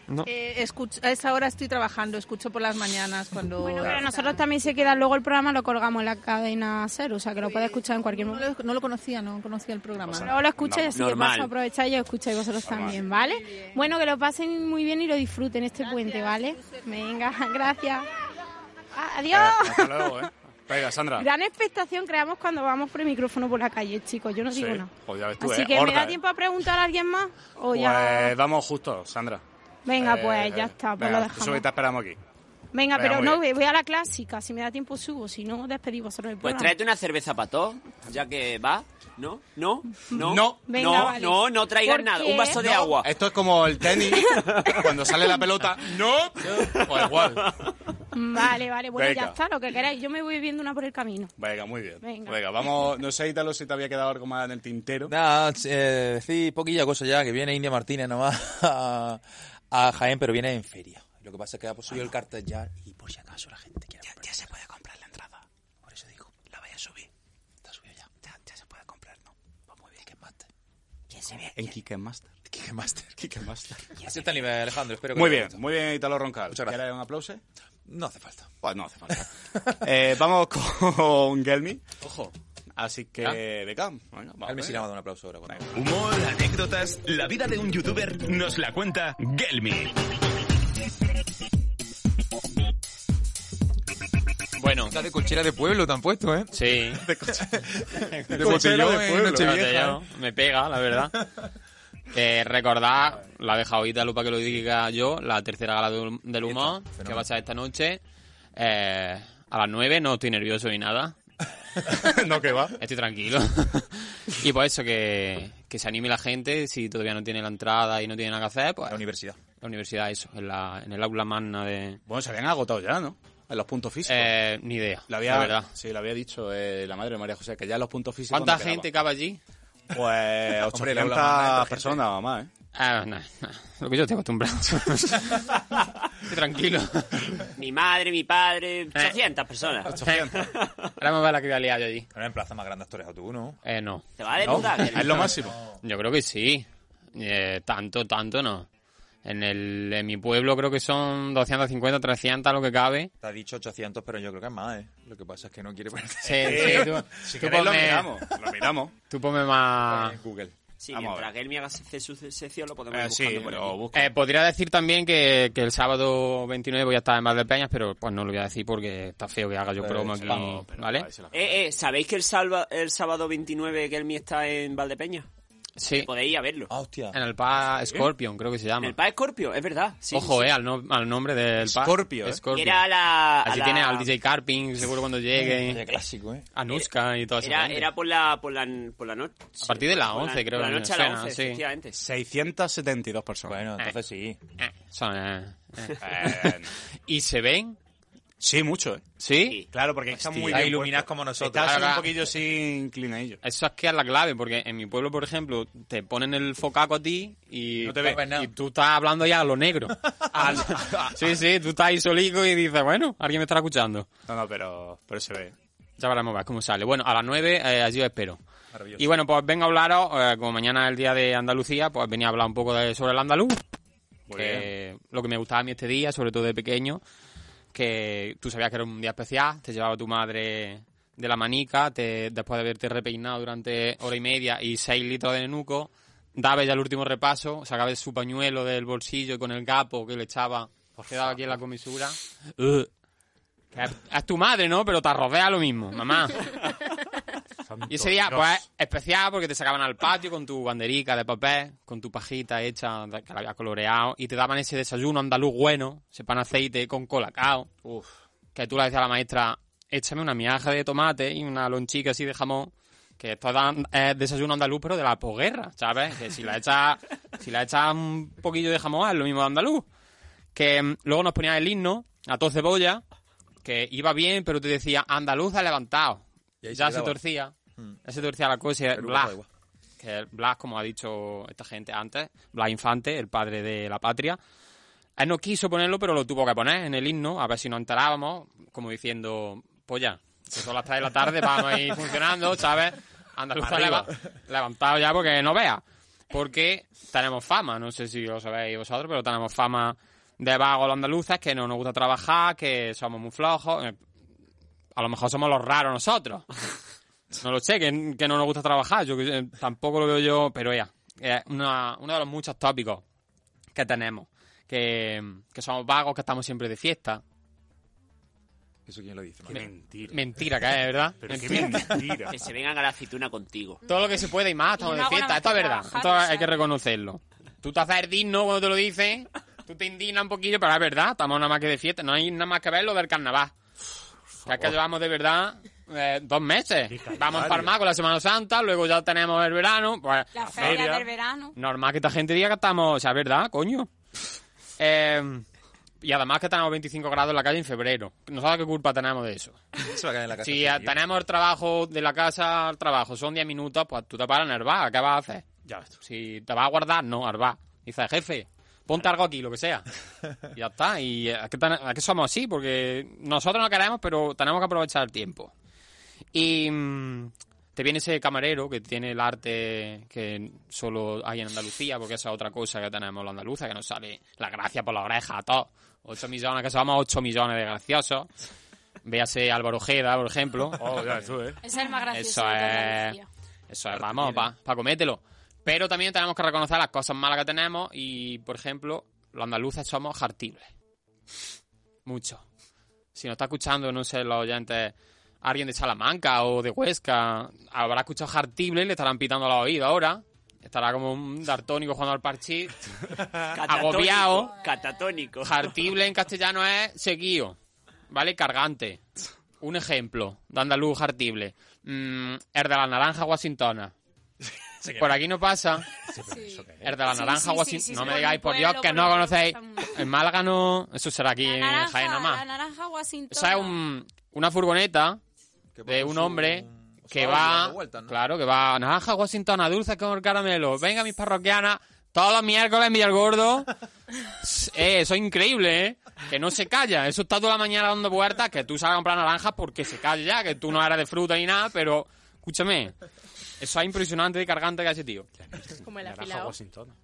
Speaker 5: No.
Speaker 15: Eh, escucho- a esa hora estoy trabajando, escucho por las mañanas cuando...
Speaker 4: Bueno, pero nosotros también se queda luego el programa, lo colgamos en la cadena cero, o sea que lo puedes escuchar en cualquier
Speaker 15: No
Speaker 4: momento.
Speaker 15: lo, no lo conocía, no conocía el programa.
Speaker 4: Luego lo escucháis, así que
Speaker 15: Normal.
Speaker 4: paso, aprovecháis y os escucháis vosotros también, ¿vale? Bueno, que lo pasen muy bien y lo disfruten este puente, ¿vale? Venga, gracias. Ah, Adiós.
Speaker 5: Eh, hasta luego, ¿eh? Venga, Sandra.
Speaker 4: Gran expectación creamos cuando vamos por el micrófono por la calle, chicos. Yo no
Speaker 5: Sí,
Speaker 4: digo nada.
Speaker 5: pues ya ves tú,
Speaker 4: Así
Speaker 5: eh,
Speaker 4: que me
Speaker 5: horda,
Speaker 4: da
Speaker 5: eh.
Speaker 4: tiempo a preguntar a alguien más o ya.
Speaker 5: Pues vamos justo, Sandra.
Speaker 4: Venga,
Speaker 5: Eh,
Speaker 4: pues ya está, pues
Speaker 5: venga,
Speaker 4: lo dejamos.
Speaker 5: Sube y te esperamos aquí. venga,
Speaker 4: Venga, pero
Speaker 5: muy
Speaker 4: no voy voy a la clásica. Si me da tiempo subo, si no despedí vosotros el
Speaker 8: Pues
Speaker 4: programa.
Speaker 8: tráete una cerveza para todos, ya que va. ¿No? ¿No? ¿No?
Speaker 5: No.
Speaker 4: Venga,
Speaker 8: no,
Speaker 4: vale.
Speaker 8: no, no traigas
Speaker 4: ¿Por
Speaker 8: nada.
Speaker 4: qué?
Speaker 8: Un vaso de agua.
Speaker 5: Esto es como el tenis, cuando sale la pelota. ¡No! Pues igual.
Speaker 4: Mm, Vale, vale, bueno, ya
Speaker 5: Venga.
Speaker 4: está, lo que queráis. Yo me voy viendo una por el camino.
Speaker 5: Venga, muy bien.
Speaker 4: Venga.
Speaker 5: Venga, vamos. No sé, Italo, si te había quedado algo más en el tintero.
Speaker 6: Nada, eh, decir poquilla cosa ya, que viene India Martínez nomás a, a Jaén, pero viene en feria. Lo que pasa es que ha subido el cartel ya y por si acaso la gente quiere ya, ya se puede comprar la entrada. Por eso digo, la vaya a subir. Está subido ya. Ya, ya se puede comprar, ¿no? Va muy bien, que mate. ¿Quién se ve?
Speaker 5: En Kike Master.
Speaker 6: Kike Master.
Speaker 5: Kike Master.
Speaker 6: Así está el nivel, Alejandro. Espero que
Speaker 5: Muy
Speaker 6: te
Speaker 5: bien,
Speaker 6: guste.
Speaker 5: muy bien, Italo Roncal.
Speaker 6: Muchas gracias.
Speaker 5: ¿Quieres un aplauso?
Speaker 6: No hace falta.
Speaker 5: Pues no hace falta. Eh, vamos con Gelmi.
Speaker 6: Ojo.
Speaker 5: Así que,
Speaker 6: Ah.
Speaker 5: Beckham. Venga, vamos. eh.
Speaker 6: Él me sí le ha dado un aplauso ahora. cuando-
Speaker 2: Humor, anécdotas, la vida de un youtuber nos la cuenta Gelmi.
Speaker 17: Bueno. Está de cochera de pueblo, te han puesto, ¿eh? Sí. De
Speaker 9: Cochera
Speaker 17: botellón
Speaker 9: de
Speaker 17: en
Speaker 9: pueblo.
Speaker 17: Nochevieja.
Speaker 5: ¿eh?
Speaker 9: Botellón. Me pega, la verdad. Eh, recordad, la he dejado Ítalo para que lo diga yo, la tercera gala del, del humor, que va a ser esta noche. Eh, a las 9, no estoy nervioso ni nada.
Speaker 5: no, que va.
Speaker 9: Estoy tranquilo. y por eso, que, que se anime la gente, si todavía no tiene la entrada y no tiene nada que hacer, pues... La
Speaker 6: universidad.
Speaker 9: La universidad, eso, en, la, en el aula magna de...
Speaker 5: Bueno, se habían agotado ya, ¿no? En los puntos físicos.
Speaker 9: Eh, ni idea,
Speaker 5: Lo había,
Speaker 9: la verdad.
Speaker 5: Sí, lo había dicho eh, la madre de María José, que ya los puntos físicos.
Speaker 9: ¿Cuánta
Speaker 5: no quedaban.
Speaker 9: gente cabe allí?
Speaker 5: Pues
Speaker 9: Hombre, la
Speaker 5: 800
Speaker 9: mamá de esta
Speaker 5: personas o más, ¿eh?
Speaker 9: Ah, no, no, lo que yo estoy acostumbrado. Estoy tranquilo.
Speaker 8: Mi madre, mi padre, 800 personas.
Speaker 9: 800. Ahora me va la que voy a liar yo allí.
Speaker 6: Ahora en plazas más grandes torres a tú, ¿no?
Speaker 9: Eh, no.
Speaker 8: Ah, ¿Te va a desnudar?
Speaker 9: Yo creo que sí. Eh, tanto, tanto no. En, el, en mi pueblo creo que son 250, 300 lo que cabe.
Speaker 6: Te ha dicho 800, pero yo creo que es más, ¿eh? Lo que pasa es que no quiere poner.
Speaker 9: Sí, sí, tú-
Speaker 6: Si
Speaker 9: tú
Speaker 6: queréis
Speaker 9: ponme-
Speaker 5: lo miramos.
Speaker 9: Tú ponme
Speaker 5: Ah.
Speaker 9: más...
Speaker 6: Google.
Speaker 8: Sí,
Speaker 9: Vamos a
Speaker 8: mientras Gelmi haga se- su su- sección lo podemos ir buscando por aquí.
Speaker 9: Eh, podría decir también que, que el sábado 29 voy a estar en Valdepeñas, pero pues no lo voy a decir porque está feo que haga yo
Speaker 8: Eh,
Speaker 9: promo
Speaker 8: se
Speaker 9: aquí,
Speaker 8: la- no,
Speaker 9: ¿vale?
Speaker 8: Eh, eh, ¿sabéis que el, salva, el sábado 29 Gelmi está en Valdepeña?
Speaker 9: Sí.
Speaker 8: Que podéis ir a
Speaker 6: Ah,
Speaker 8: verlo.
Speaker 9: En el PA Scorpion, creo que se
Speaker 8: En
Speaker 9: llama.
Speaker 8: el PA Scorpio, es verdad. Sí,
Speaker 9: Ojo,
Speaker 8: sí, sí.
Speaker 9: eh, al, no- al nombre del PA.
Speaker 8: Scorpio, eh. Era la-
Speaker 9: Así
Speaker 8: la-
Speaker 9: tiene al DJ Carping, seguro cuando llegue.
Speaker 6: Vaya clásico, eh.
Speaker 9: A Nuska y toda esa
Speaker 8: Era,
Speaker 9: gente.
Speaker 8: era por la, por la, por la noche.
Speaker 9: A partir de las 11
Speaker 8: Por
Speaker 9: creo
Speaker 8: la
Speaker 9: que
Speaker 8: noche a las
Speaker 9: suena,
Speaker 8: 11,
Speaker 9: sí.
Speaker 8: efectivamente.
Speaker 5: 672 personas.
Speaker 6: Bueno, entonces sí.
Speaker 9: Son, eh, eh. ¿Y se ven?
Speaker 5: Sí, mucho, ¿eh?
Speaker 9: ¿Sí?
Speaker 5: Claro, porque están
Speaker 9: Hostia.
Speaker 5: muy bien
Speaker 9: Iluminás
Speaker 5: puestos.
Speaker 9: como nosotros.
Speaker 5: Están así
Speaker 9: Ahora-
Speaker 5: un poquillo sin inclinadillo.
Speaker 9: Eso es que es la clave, porque en mi pueblo, por ejemplo, te ponen el focaco a ti y, pues,
Speaker 5: No te ves.
Speaker 9: y tú estás hablando ya a lo negro. Al- sí, sí, tú estás ahí solico y dices, bueno, alguien me estará escuchando.
Speaker 5: No, no, pero, pero se ve.
Speaker 9: Ya veremos a ver cómo sale. Bueno, a las 9 eh, allí os espero.
Speaker 5: Maravilloso.
Speaker 9: Y bueno, pues vengo a hablaros, eh, como mañana es el día de Andalucía, pues venía a hablar un poco de- sobre el andaluz.
Speaker 5: Muy
Speaker 9: que lo que me gustaba a mí este día, sobre todo de pequeño, que tú sabías que era un día especial, te llevaba tu madre de la manica, te, después de haberte repeinado durante hora y media y seis litros de nenuco, daba ya el último repaso, sacaba su pañuelo del bolsillo y con el gapo que le echaba, pues, quedaba aquí en la comisura. Ugh. Que es, es tu madre, ¿no? Pero te rodea lo mismo, mamá. Y ese día,
Speaker 5: Dios.
Speaker 9: pues, especial porque te sacaban al patio con tu banderica de papel, con tu pajita hecha, de- que la habías coloreado, y te daban ese desayuno andaluz bueno, ese pan aceite con colacao, que tú le decías a la maestra, échame una miaja de tomate y una lonchica así de jamón, que esto da- es desayuno andaluz, pero de la posguerra, ¿sabes? Que si la echas, si la echas un poquillo de jamón es lo mismo de andaluz. Que mm, luego nos ponían el himno, a tos cebolla, que iba bien, pero te decía, andaluz ha levantado.
Speaker 6: Y ahí se
Speaker 9: ya se,
Speaker 6: quedaba.
Speaker 9: torcía, ya se torcía la cosa y
Speaker 6: Pero
Speaker 9: Blas,
Speaker 6: da igual.
Speaker 9: que Blas, como ha dicho esta gente antes, Blas Infante, el padre de la patria, él no quiso ponerlo, pero lo tuvo que poner en el himno, a ver si nos enterábamos, como diciendo, polla, que Pues son las 3 de la tarde, vamos a ir funcionando, ¿sabes? Andaluza
Speaker 17: Arriba.
Speaker 9: leva- levantado ya porque no vea. Porque tenemos fama, no sé si lo sabéis vosotros, pero tenemos fama de vagos los andaluces, que no nos gusta trabajar, que somos muy flojos. eh, A lo mejor somos los raros nosotros. No lo sé, que, que no nos gusta trabajar. Yo que- eh, tampoco lo veo yo, pero ya. Es una- uno de los muchos tópicos que tenemos. Que, que somos vagos, que estamos siempre de fiesta.
Speaker 6: ¿Eso quién lo dice?
Speaker 9: Me- Mentira, que es, ¿verdad?
Speaker 8: Que se vengan a la aceituna contigo.
Speaker 9: Todo lo que se puede y más, estamos
Speaker 8: Y
Speaker 9: de
Speaker 8: no
Speaker 9: fiesta.
Speaker 8: hago
Speaker 9: Esto es
Speaker 8: nada
Speaker 9: verdad.
Speaker 8: más que
Speaker 9: Esto
Speaker 8: trabajar,
Speaker 9: hay que reconocerlo. Tú te haces el digno cuando te lo dicen. Tú te indignas un poquillo, pero es verdad. Estamos nada más que de fiesta. No hay nada más que ver lo del carnaval. Que es que llevamos de verdad eh, dos meses. Vamos a Palma con la Semana Santa, luego ya tenemos el verano. Pues,
Speaker 4: La feria del verano.
Speaker 9: Normal que esta gente diga que estamos... O sea, es verdad, coño. Eh, y además que tenemos 25 grados en la calle en febrero. No sabes qué culpa tenemos de eso.
Speaker 6: Se va a caer en la casa.
Speaker 9: Si eh, tenemos el trabajo de la casa al trabajo, son 10 minutos, pues tú te paras en el bar, ¿qué vas a hacer?
Speaker 5: Ya
Speaker 9: Si te vas a guardar, no, al bar. Dices, jefe, ponte algo aquí, lo que sea. Y ya está. Y eh, es que, ten- es que somos así, porque nosotros no queremos, pero tenemos que aprovechar el tiempo. Y mm, te viene ese camarero que tiene el arte que solo hay en Andalucía, porque esa es otra cosa que tenemos los andaluces, que nos sale la gracia por la oreja a todos. 8 millones, que somos 8 millones de graciosos. Véase Álvaro Ojeda, por ejemplo.
Speaker 5: Oh, ya, eso, ¿eh?
Speaker 4: Es el más gracioso.
Speaker 9: Eso
Speaker 4: de toda
Speaker 9: es.
Speaker 4: Andalucía.
Speaker 9: Eso es, vamos, para comételo. Pero también tenemos que reconocer las cosas malas que tenemos y, por ejemplo, los andaluces somos jartibles. Mucho. Si nos está escuchando, no sé, los oyentes, alguien de Salamanca o de Huesca, habrá escuchado jartible y le estarán pitando los oídos ahora. Estará como un dartónico jugando al parchís,
Speaker 8: Catatónico,
Speaker 9: agobiado.
Speaker 8: Catatónico.
Speaker 9: Jartible en castellano es seguío, ¿vale? Cargante. Un ejemplo de andaluz jartible. Mm, el de la naranja washingtona. Por aquí no pasa. El de la
Speaker 4: Sí,
Speaker 9: naranja
Speaker 4: sí,
Speaker 9: Washington.
Speaker 4: sí, sí,
Speaker 9: no
Speaker 4: sí,
Speaker 9: me
Speaker 4: por
Speaker 9: digáis,
Speaker 4: un
Speaker 9: por Dios,
Speaker 4: pueblo,
Speaker 9: que
Speaker 4: por
Speaker 9: no
Speaker 4: un
Speaker 9: conocéis.
Speaker 4: pueblo que
Speaker 9: En Málaga no. Eso será aquí
Speaker 4: La
Speaker 9: en
Speaker 4: naranja,
Speaker 9: Jaén nada
Speaker 4: la
Speaker 9: más.
Speaker 4: naranja
Speaker 9: O sea, es
Speaker 4: Washington.
Speaker 9: un- una furgoneta de un hombre que
Speaker 6: va
Speaker 9: va.
Speaker 6: dando vueltas, ¿no?
Speaker 9: Claro, que va. Naranja Washingtona dulce con el caramelo. Venga, mis parroquianas. Todos los miércoles en Villalgordo. eh, eso es increíble, ¿eh? Que no se calla. Eso está toda la mañana dando vueltas. Que tú salgas a comprar naranjas porque se calla ya. Que tú no eres de fruta ni nada, pero Escúchame, eso es impresionante de garganta que hace tío.
Speaker 10: Como el afilado.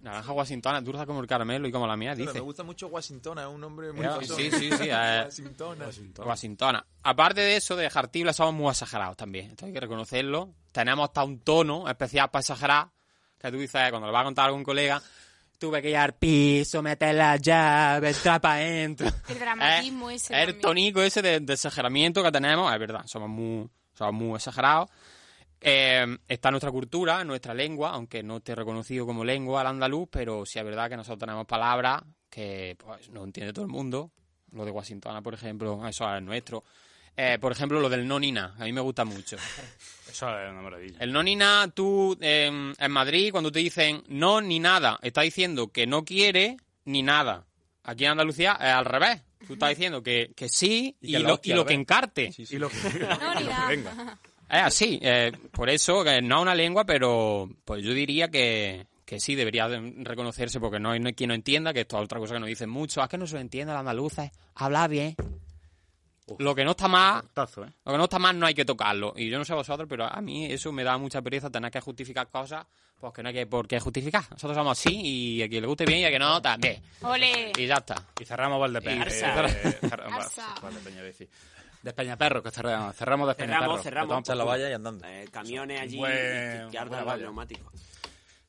Speaker 9: Naranja Washingtona, dulce como el caramelo y como la mía,
Speaker 17: Pero
Speaker 9: dice.
Speaker 17: Me gusta mucho Washington, es un nombre muy
Speaker 9: Ya,
Speaker 17: famoso.
Speaker 9: sí, sí, sí, eh.
Speaker 17: Washington.
Speaker 9: Washingtona. Aparte de eso, de dejar tibla, somos muy exagerados también. Esto hay que reconocerlo. Tenemos hasta un tono especial para exagerar. Que tú dices, cuando lo vas a contar a algún colega, tuve que ir al piso, meter la llave, trapa adentro.
Speaker 18: El dramatismo ese.
Speaker 9: Es el
Speaker 18: también.
Speaker 9: tonico ese de, de exageramiento que tenemos, es verdad, somos muy, somos muy exagerados. Eh, está nuestra cultura, nuestra lengua, aunque no esté reconocido como lengua al andaluz, pero sí es verdad que nosotros tenemos palabras que pues, no entiende todo el mundo. Lo de Washingtona, por ejemplo, eso es nuestro. Eh, por ejemplo, lo del no nina, a mí me gusta mucho.
Speaker 5: Eso es una maravilla.
Speaker 9: El no ni nada, tú eh, en Madrid, cuando te dicen no ni nada, está diciendo que no quiere ni nada. Aquí en Andalucía es al revés. Tú estás diciendo que, que sí
Speaker 17: Y
Speaker 9: y,
Speaker 17: que la
Speaker 9: lo, y
Speaker 17: hostia,
Speaker 9: lo
Speaker 17: al
Speaker 9: que
Speaker 17: revés.
Speaker 9: encarte.
Speaker 17: Y lo que, y lo que venga.
Speaker 9: Es así. eh, por eso, que no es una lengua, pero pues yo diría que, que sí, debería de- reconocerse, porque no hay, no hay quien no entienda, que esto es otra cosa que nos dicen mucho. "Ah, Es que no se lo entiende a los andaluces. Habla bien. Lo que no está más,
Speaker 5: ¿eh?
Speaker 9: lo que no está más no hay que tocarlo. Y yo no sé vosotros, pero a mí eso me da mucha pereza tener que justificar cosas pues que no hay que por qué justificar. Nosotros somos así y a quien le guste bien y a quien no también.
Speaker 18: Ole.
Speaker 9: Y ya está.
Speaker 5: Y cerramos Valdepeña.
Speaker 9: Y-
Speaker 5: Eh,
Speaker 9: cerra-
Speaker 5: eh, cerramos-
Speaker 18: Arsa.
Speaker 5: Valdepeña, decir. Despeñaperro, que cerramos. Cerramos Despeñaperro.
Speaker 8: Cerramos, cerramos.
Speaker 5: Vamos por
Speaker 8: por-
Speaker 5: culo.
Speaker 8: Eh, camiones allí,
Speaker 5: Buen-
Speaker 8: que ardan
Speaker 5: buena
Speaker 8: los
Speaker 5: valla.
Speaker 8: neumáticos.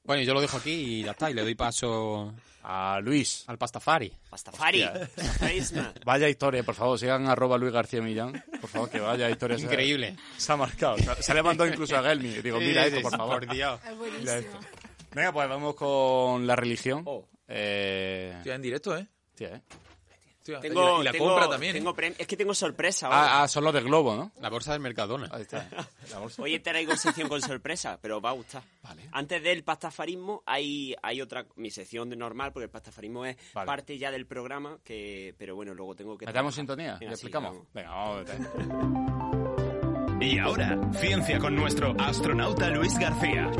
Speaker 9: Bueno, yo lo dejo aquí y ya está. Y le doy paso
Speaker 5: a Luis.
Speaker 9: Al Pastafari.
Speaker 8: Pastafari.
Speaker 5: Hostia.
Speaker 8: Paisma.
Speaker 5: Vaya historia, por favor, sigan arroba Luis García Millán. Por favor, que vaya historia. Se-
Speaker 9: Increíble.
Speaker 5: Se, ha marcado. Se, se le mandó incluso a Gelmi. Digo,
Speaker 9: Sí,
Speaker 5: mira
Speaker 9: sí,
Speaker 5: esto, por
Speaker 9: sí,
Speaker 5: favor.
Speaker 9: por Dios.
Speaker 18: Es
Speaker 5: Mira
Speaker 18: buenísimo.
Speaker 5: esto. Venga, pues vamos con la religión.
Speaker 9: Oh.
Speaker 5: Eh,
Speaker 17: Estoy en directo, ¿eh?
Speaker 5: hostia, eh.
Speaker 17: Hostia,
Speaker 8: Tengo,
Speaker 17: y la
Speaker 8: tengo-
Speaker 17: compra también.
Speaker 8: tengo prem- es que tengo sorpresa. ahora.
Speaker 5: Ah, ah, son los de Globo, ¿no?
Speaker 9: La bolsa del Mercadona.
Speaker 5: Ahí está. La bolsa.
Speaker 8: Hoy traigo sección con sorpresa, pero os va a gustar. Antes del pastafarismo hay, hay otra, mi sección de normal, porque el pastafarismo es
Speaker 5: Vale.
Speaker 8: parte ya del programa, que, pero bueno, luego tengo que...
Speaker 5: ¿Metemos
Speaker 8: trabajar.
Speaker 5: sintonía? ¿Le
Speaker 8: Venga, sí,
Speaker 5: explicamos?
Speaker 8: vamos.
Speaker 5: Venga, vamos a meter.
Speaker 2: Y ahora, ciencia con nuestro astronauta Luis García.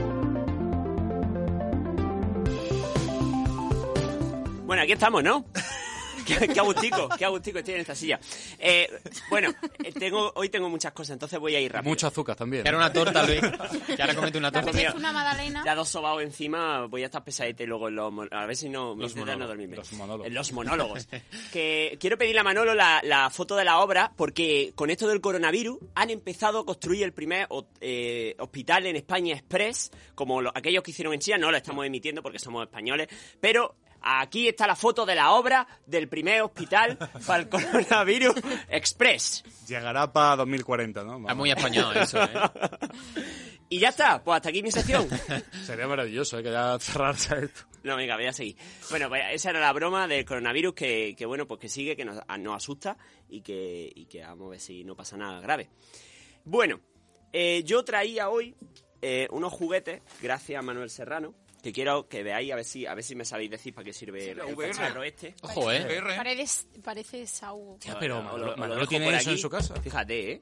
Speaker 8: Bueno, aquí estamos, ¿no? qué, qué agustico, qué agustico estoy en esta silla. Eh, bueno, eh, tengo, hoy tengo muchas cosas, entonces voy a ir rápido.
Speaker 5: Mucho azúcar también.
Speaker 9: Que era una torta, Luis. Que ahora comete una
Speaker 8: ¿Te
Speaker 9: torta.
Speaker 8: apetece
Speaker 18: Una magdalena.
Speaker 8: Ya dos sobaos encima, voy a estar pesadete luego en los... mon- A ver si no...
Speaker 9: Los
Speaker 8: me intentan no
Speaker 9: monólogos,
Speaker 8: dormirme.
Speaker 9: los monólogos.
Speaker 8: En los monólogos. que quiero pedirle a Manolo la, la foto de la obra porque con esto del coronavirus han empezado a construir el primer ho- eh, hospital en España Express, como lo- aquellos que hicieron en China, no lo estamos emitiendo porque somos españoles, pero... Aquí está la foto de la obra del primer hospital para el coronavirus express.
Speaker 5: Llegará para 2040, ¿no? Vamos.
Speaker 9: Es muy español eso, ¿eh?
Speaker 8: Y ya está, pues hasta aquí mi sección.
Speaker 5: Sería maravilloso, ¿eh? Que ya cerrarse esto.
Speaker 8: No, venga, voy a seguir. Bueno, pues esa era la broma del coronavirus que, que, bueno, pues que sigue, que nos, a- nos asusta y que, y que vamos a ver si no pasa nada grave. Bueno, eh, yo traía hoy eh, unos juguetes, gracias a Manuel Serrano, que quiero que veáis a ver si, a ver si me sabéis decir para qué sirve el
Speaker 17: VR.
Speaker 8: cacharro este.
Speaker 9: Ojo, ¿eh?
Speaker 18: Paredes, parece saúco.
Speaker 5: Ya, pero
Speaker 8: Manolo-
Speaker 5: Manolo- Manolo
Speaker 8: dejo
Speaker 5: tiene
Speaker 8: por
Speaker 5: eso en su casa.
Speaker 8: Fíjate, ¿eh?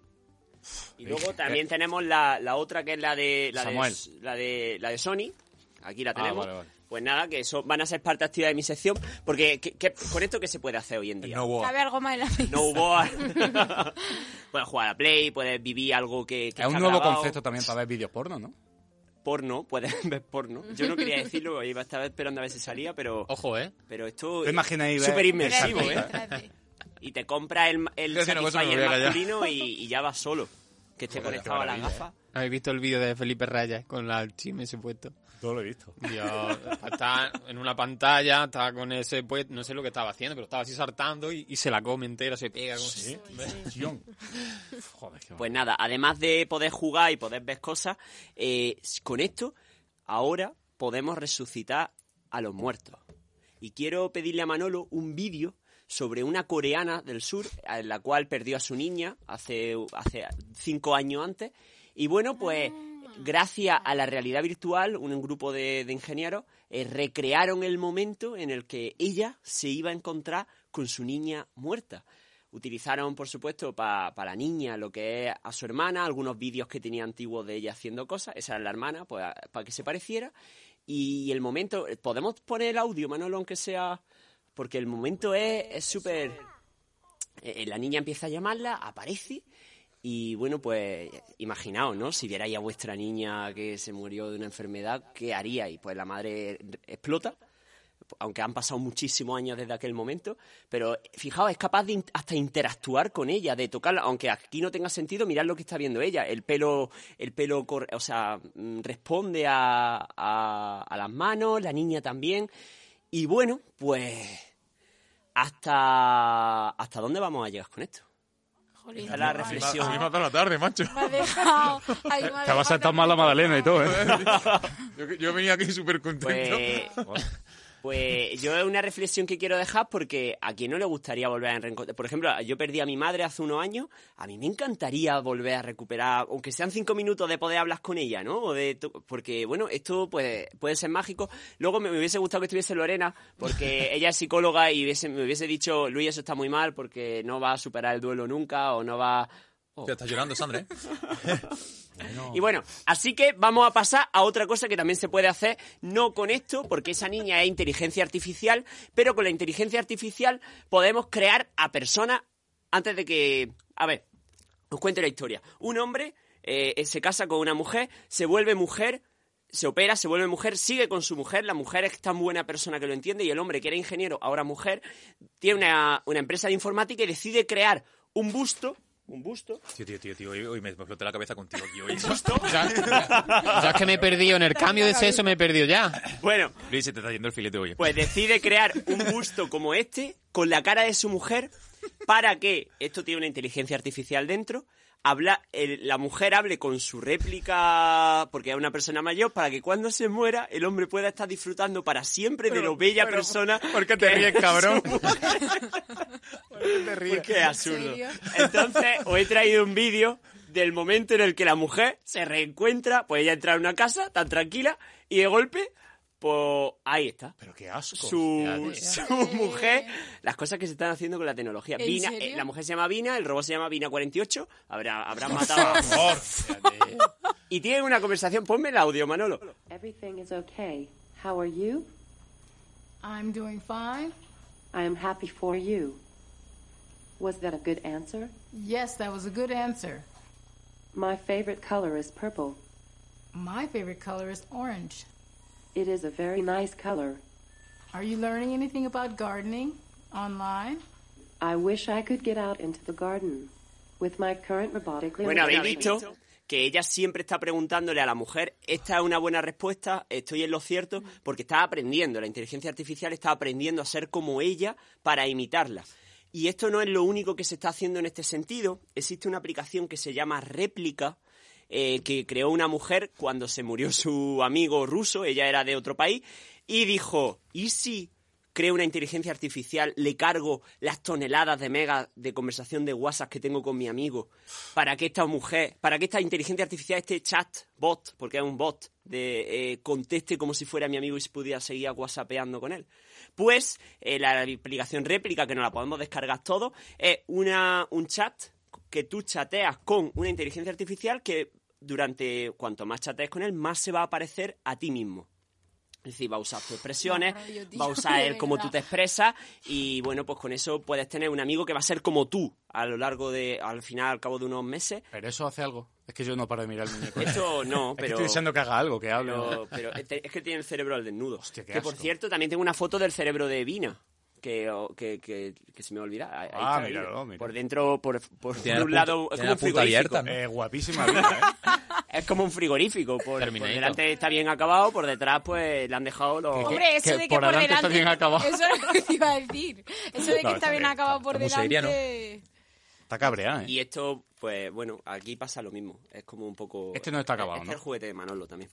Speaker 8: Y
Speaker 5: Ey,
Speaker 8: luego
Speaker 5: qué-
Speaker 8: también tenemos la, la otra que es la de la, de,
Speaker 5: Samuel.
Speaker 8: la de la de Sony. Aquí la
Speaker 5: Ah,
Speaker 8: tenemos.
Speaker 5: vale, vale.
Speaker 8: Pues nada, que eso van a ser parte activa de mi sección. Porque ¿qué- qué- con esto, ¿qué se puede hacer hoy en día?
Speaker 18: Cabe algo más en la mesa.
Speaker 8: No board. puedes jugar a Play, puedes vivir algo que, que
Speaker 5: Es un
Speaker 8: está
Speaker 5: nuevo
Speaker 8: grabado.
Speaker 5: concepto también para ver vídeos porno, ¿no?
Speaker 8: Porno, puedes ver porno. Yo no quería decirlo, porque iba a estar esperando a ver si salía, pero...
Speaker 9: Ojo, ¿eh?
Speaker 8: Pero esto
Speaker 5: Oh. Te imaginas ahí,
Speaker 8: es
Speaker 5: ¿ves?
Speaker 8: súper inmersivo,
Speaker 5: Exacto.
Speaker 8: ¿eh? Y te compra el, el
Speaker 9: Yo decía una cosa, me
Speaker 8: Satisfyer
Speaker 9: voy a callar.
Speaker 8: masculino y, y ya vas solo. Que este esté
Speaker 9: Joder,
Speaker 8: conectado
Speaker 9: qué
Speaker 8: a la
Speaker 9: maravilla,
Speaker 8: gafa.
Speaker 9: ¿Habéis visto el vídeo de Felipe Reyes con la chisme ese puesto?
Speaker 5: Todo lo he visto.
Speaker 9: Dios, está en una pantalla, está con ese puesto, no sé lo que estaba haciendo, pero estaba así saltando y, y se la come entera, se pega. Como...
Speaker 5: Sí. Joder, qué
Speaker 8: Pues nada, además de poder jugar y poder ver cosas, eh, con esto ahora podemos resucitar a los muertos. Y quiero pedirle a Manolo un vídeo sobre una coreana del sur, a la cual perdió a su niña hace, hace cinco años antes. Y bueno, pues gracias a la realidad virtual, un grupo de, de ingenieros eh, recrearon el momento en el que ella se iba a encontrar con su niña muerta. Utilizaron, por supuesto, para la niña lo que es a su hermana, algunos vídeos que tenía antiguos de ella haciendo cosas, esa era la hermana, pues para que se pareciera. Y el momento, eh, podemos poner el audio, Manolo, aunque sea, porque el momento es es súper... eh, eh, la niña empieza a llamarla, aparece y, Y bueno, pues imaginaos, ¿no? Si vierais a vuestra niña que se murió de una enfermedad, ¿qué haríais? Pues la madre explota, aunque han pasado muchísimos años desde aquel momento, pero fijaos, es capaz de in- hasta interactuar con ella, de tocarla, aunque aquí no tenga sentido, mirad lo que está viendo ella, el pelo, el pelo cor- o sea, mm, responde a, a- a las manos, la niña también, y bueno, pues hasta, ¿hasta dónde vamos a llegar con esto?
Speaker 18: Jolín.
Speaker 8: Esa es la
Speaker 5: Ah,
Speaker 17: A mí
Speaker 9: Ah.
Speaker 8: reflexión.
Speaker 17: me ha dado la tarde, macho.
Speaker 18: Me ha dejado. Ay, me ha
Speaker 5: Te va a
Speaker 18: dejado
Speaker 5: saltar mal la Madalena y todo, ¿eh?
Speaker 17: Yo, yo venía aquí súper contento.
Speaker 8: Pues, pues yo es una reflexión que quiero dejar porque a quien no le gustaría volver a reencontrar. Por ejemplo, yo perdí a mi madre hace unos años. A mí me encantaría volver a recuperar, aunque sean cinco minutos de poder hablar con ella, ¿no? O de to- porque, bueno, esto pues, puede ser mágico. Luego me, me hubiese gustado que estuviese Lorena porque ella es psicóloga y hubiese- me hubiese dicho, Luis, eso está muy mal porque no va a superar el duelo nunca o no va... Oh.
Speaker 6: Te estás llorando, Sandra, ¿eh?
Speaker 8: Y bueno, así que vamos a pasar a otra cosa que también se puede hacer, no con esto, porque esa niña es inteligencia artificial, pero con la inteligencia artificial podemos crear a personas antes de que... A ver, os cuento la historia. Un hombre eh, eh, se casa con una mujer, se vuelve mujer, se opera, se vuelve mujer, sigue con su mujer, la mujer es tan buena persona que lo entiende y el hombre que era ingeniero, ahora mujer, tiene una, una empresa de informática y decide crear un busto, un busto,
Speaker 6: Tío, tío, tío, tío, hoy, hoy me exploté la cabeza contigo, tío. hoy.
Speaker 9: Ya, ya es que me he perdido, en el cambio de sexo me he perdido ya.
Speaker 8: Bueno.
Speaker 6: Luis, se te está yendo el filete hoy.
Speaker 8: Pues decide crear un busto como este, con la cara de su mujer, para que, esto tiene una inteligencia artificial dentro, habla, el- la mujer hable con su réplica, porque es una persona mayor, para que cuando se muera el hombre pueda estar disfrutando para siempre de lo bella persona. ¿Por qué
Speaker 17: te ríes, cabrón?
Speaker 8: te ríes? Porque es absurdo.
Speaker 17: serio?
Speaker 8: Entonces, os he traído un vídeo del momento en el que la mujer se reencuentra, pues ella entra en una casa tan tranquila y de golpe, pues ahí está. Pero qué asco. Su, su mujer, las cosas que se están haciendo con la tecnología.
Speaker 6: ¿En
Speaker 8: Vina,
Speaker 6: serio?
Speaker 8: eh, la mujer se llama Vina, el robot se llama Vina48, habrá, habrán matado
Speaker 19: Por favor.
Speaker 8: Y tienen una conversación, ponme el audio, Manolo.
Speaker 19: Everything is okay. How are you? I'm doing fine. I am happy for you. Was that a good answer?
Speaker 20: Yes, that was a good answer.
Speaker 19: My favorite color is purple.
Speaker 20: My favorite color is orange.
Speaker 19: It is a very nice color.
Speaker 20: Are you learning anything about gardening online?
Speaker 19: I wish I could get out into the garden. With my current robotic
Speaker 8: Bueno, habéis
Speaker 19: limitations-
Speaker 8: visto que ella siempre está preguntándole a la mujer, esta es una buena respuesta, estoy en lo cierto, porque está aprendiendo, la inteligencia artificial está aprendiendo a ser como ella para imitarla. Y esto no es lo único que se está haciendo en este sentido, existe una aplicación que se llama Réplica, eh, que creó una mujer cuando se murió su amigo ruso, ella era de otro país, y dijo, ¿y si creo una inteligencia artificial, le cargo las toneladas de megas de conversación de WhatsApp que tengo con mi amigo, para que esta mujer, para que esta inteligencia artificial, este chat bot, porque es un bot, de, eh, conteste como si fuera mi amigo y se pudiera seguir whatsappeando con él. Pues eh, la aplicación réplica, que nos la podemos descargar todos, es una, un chat que tú chateas con una inteligencia artificial que durante cuanto más chatees con él, más se va a aparecer a ti mismo. Es decir, va a usar tus expresiones,
Speaker 21: Más rollo, tío,
Speaker 8: va a usar
Speaker 21: de
Speaker 8: él como tú
Speaker 21: verdad.
Speaker 8: te expresas y bueno, pues con eso puedes tener un amigo que va a ser como tú a lo largo de, al final, al cabo de unos meses.
Speaker 22: Pero eso hace algo. Es que yo no paro de mirar el muñeco.
Speaker 8: Esto no,
Speaker 22: Es que
Speaker 8: pero-
Speaker 22: estoy deseando que haga algo, que hable.
Speaker 8: Pero, pero es es que tiene el cerebro al desnudo.
Speaker 22: qué
Speaker 8: que por
Speaker 22: asco.
Speaker 8: cierto, también tengo una foto del cerebro de Vina. Que, o- que, que, que se me olvida. Ahí- ahí
Speaker 22: Ah,
Speaker 8: está Vina.
Speaker 22: míralo, míralo.
Speaker 8: Por dentro, por, por
Speaker 22: Tiene la
Speaker 8: un
Speaker 22: punta-
Speaker 8: lado,
Speaker 22: tiene
Speaker 8: es como
Speaker 22: la
Speaker 8: un
Speaker 22: punta
Speaker 8: frigorífico.
Speaker 22: abierta, ¿no? Eh, guapísima
Speaker 8: es como un frigorífico. Por, por
Speaker 22: Terminator.
Speaker 8: delante está bien acabado, por detrás pues le han dejado los...
Speaker 18: Hombre, eso de que por, delante. Eso es lo que te iba a decir. Eso de que
Speaker 8: No,
Speaker 18: está
Speaker 8: está
Speaker 18: bien
Speaker 8: bien,
Speaker 18: acabado por
Speaker 8: está muy seria, ¿no?
Speaker 18: delante.
Speaker 22: Está cabreada, ¿eh?
Speaker 8: Y esto, pues bueno, aquí pasa lo mismo. Es como un poco.
Speaker 22: Este no está acabado,
Speaker 8: es,
Speaker 22: ¿no?
Speaker 8: Es el juguete de Manolo también.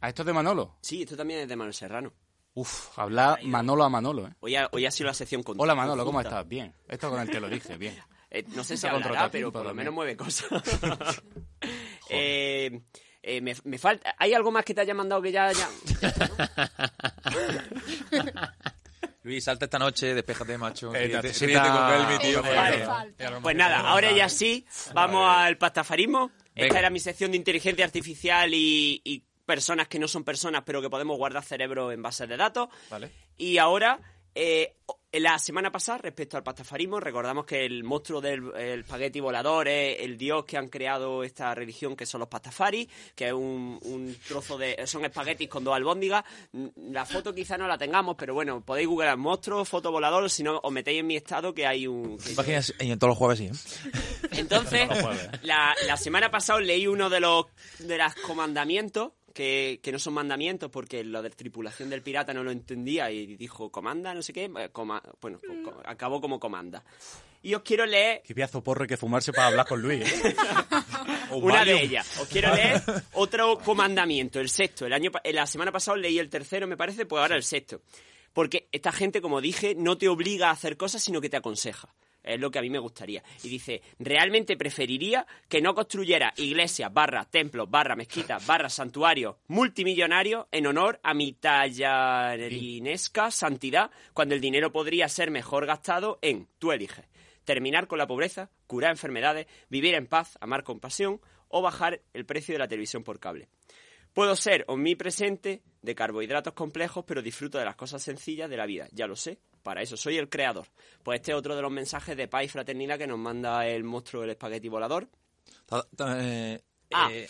Speaker 22: ¿A esto es de Manolo?
Speaker 8: Sí, esto también es de Manuel Serrano.
Speaker 22: Uf, habla Manolo a Manolo, ¿eh?
Speaker 8: Hoy ha, hoy ha sido la sección con.
Speaker 22: Hola Manolo, ¿cómo
Speaker 8: conjunta.
Speaker 22: estás? Bien. Esto con el te lo dije, bien.
Speaker 8: Eh, no sé si
Speaker 22: Está con
Speaker 8: hablará,
Speaker 22: Rotatín,
Speaker 8: pero por
Speaker 22: para
Speaker 8: lo
Speaker 22: mí.
Speaker 8: menos mueve cosas. Eh, eh, me, me falta. ¿Hay algo más que te haya mandado que ya. ya, ya está, ¿no?
Speaker 6: Luis, salta esta noche, despéjate, macho.
Speaker 22: Eh,
Speaker 6: Ríete-
Speaker 22: necesita-
Speaker 6: ríete con Belmi, tío.
Speaker 8: Vale. Pues nada, ahora ya sí, vamos al pastafarismo. Esta
Speaker 6: Venga.
Speaker 8: era mi sección de inteligencia artificial y, y personas que no son personas, pero que podemos guardar cerebro en bases de datos.
Speaker 6: Vale.
Speaker 8: Y ahora Eh, la semana pasada, respecto al pastafarismo, recordamos que el monstruo del el espagueti volador es el dios que han creado esta religión, que son los pastafaris, que es un, un trozo de. son espaguetis con dos albóndigas. La foto quizá no la tengamos, pero bueno, podéis googlear monstruo, foto volador, si no os metéis en mi estado que hay un. que-
Speaker 6: Páginas y en todos los jueves sí. ¿eh?
Speaker 8: Entonces, la, la semana pasada os leí uno de los de los comandamientos, que, que no son mandamientos, porque lo de tripulación del pirata no lo entendía y dijo comanda, no sé qué, eh, coma- bueno, co- co- acabó como comanda. Y os quiero leer
Speaker 5: Qué piazo porro que fumarse para hablar con Luis. ¿eh? O
Speaker 8: una
Speaker 5: Mario.
Speaker 8: de ellas. Os quiero leer otro comandamiento, el sexto. El año, pa- eh, la semana pasada os leí el tercero, me parece, pues ahora el sexto. Porque esta gente, como dije, no te obliga a hacer cosas, sino que te aconseja. Es lo que a mí me gustaría. Y dice, realmente preferiría que no construyera iglesias, barra, templos, barra, mezquitas, barra, santuarios multimillonarios en honor a mi tallarinesca santidad, cuando el dinero podría ser mejor gastado en, tú eliges, terminar con la pobreza, curar enfermedades, vivir en paz, amar con pasión o bajar el precio de la televisión por cable. Puedo ser omnipresente de carbohidratos complejos, pero disfruto de las cosas sencillas de la vida. Ya lo sé, para eso soy el creador. Pues este es otro de los mensajes de paz y fraternidad que nos manda el monstruo del espagueti volador.
Speaker 6: Ta- ta- eh,
Speaker 8: Ah,
Speaker 6: eh,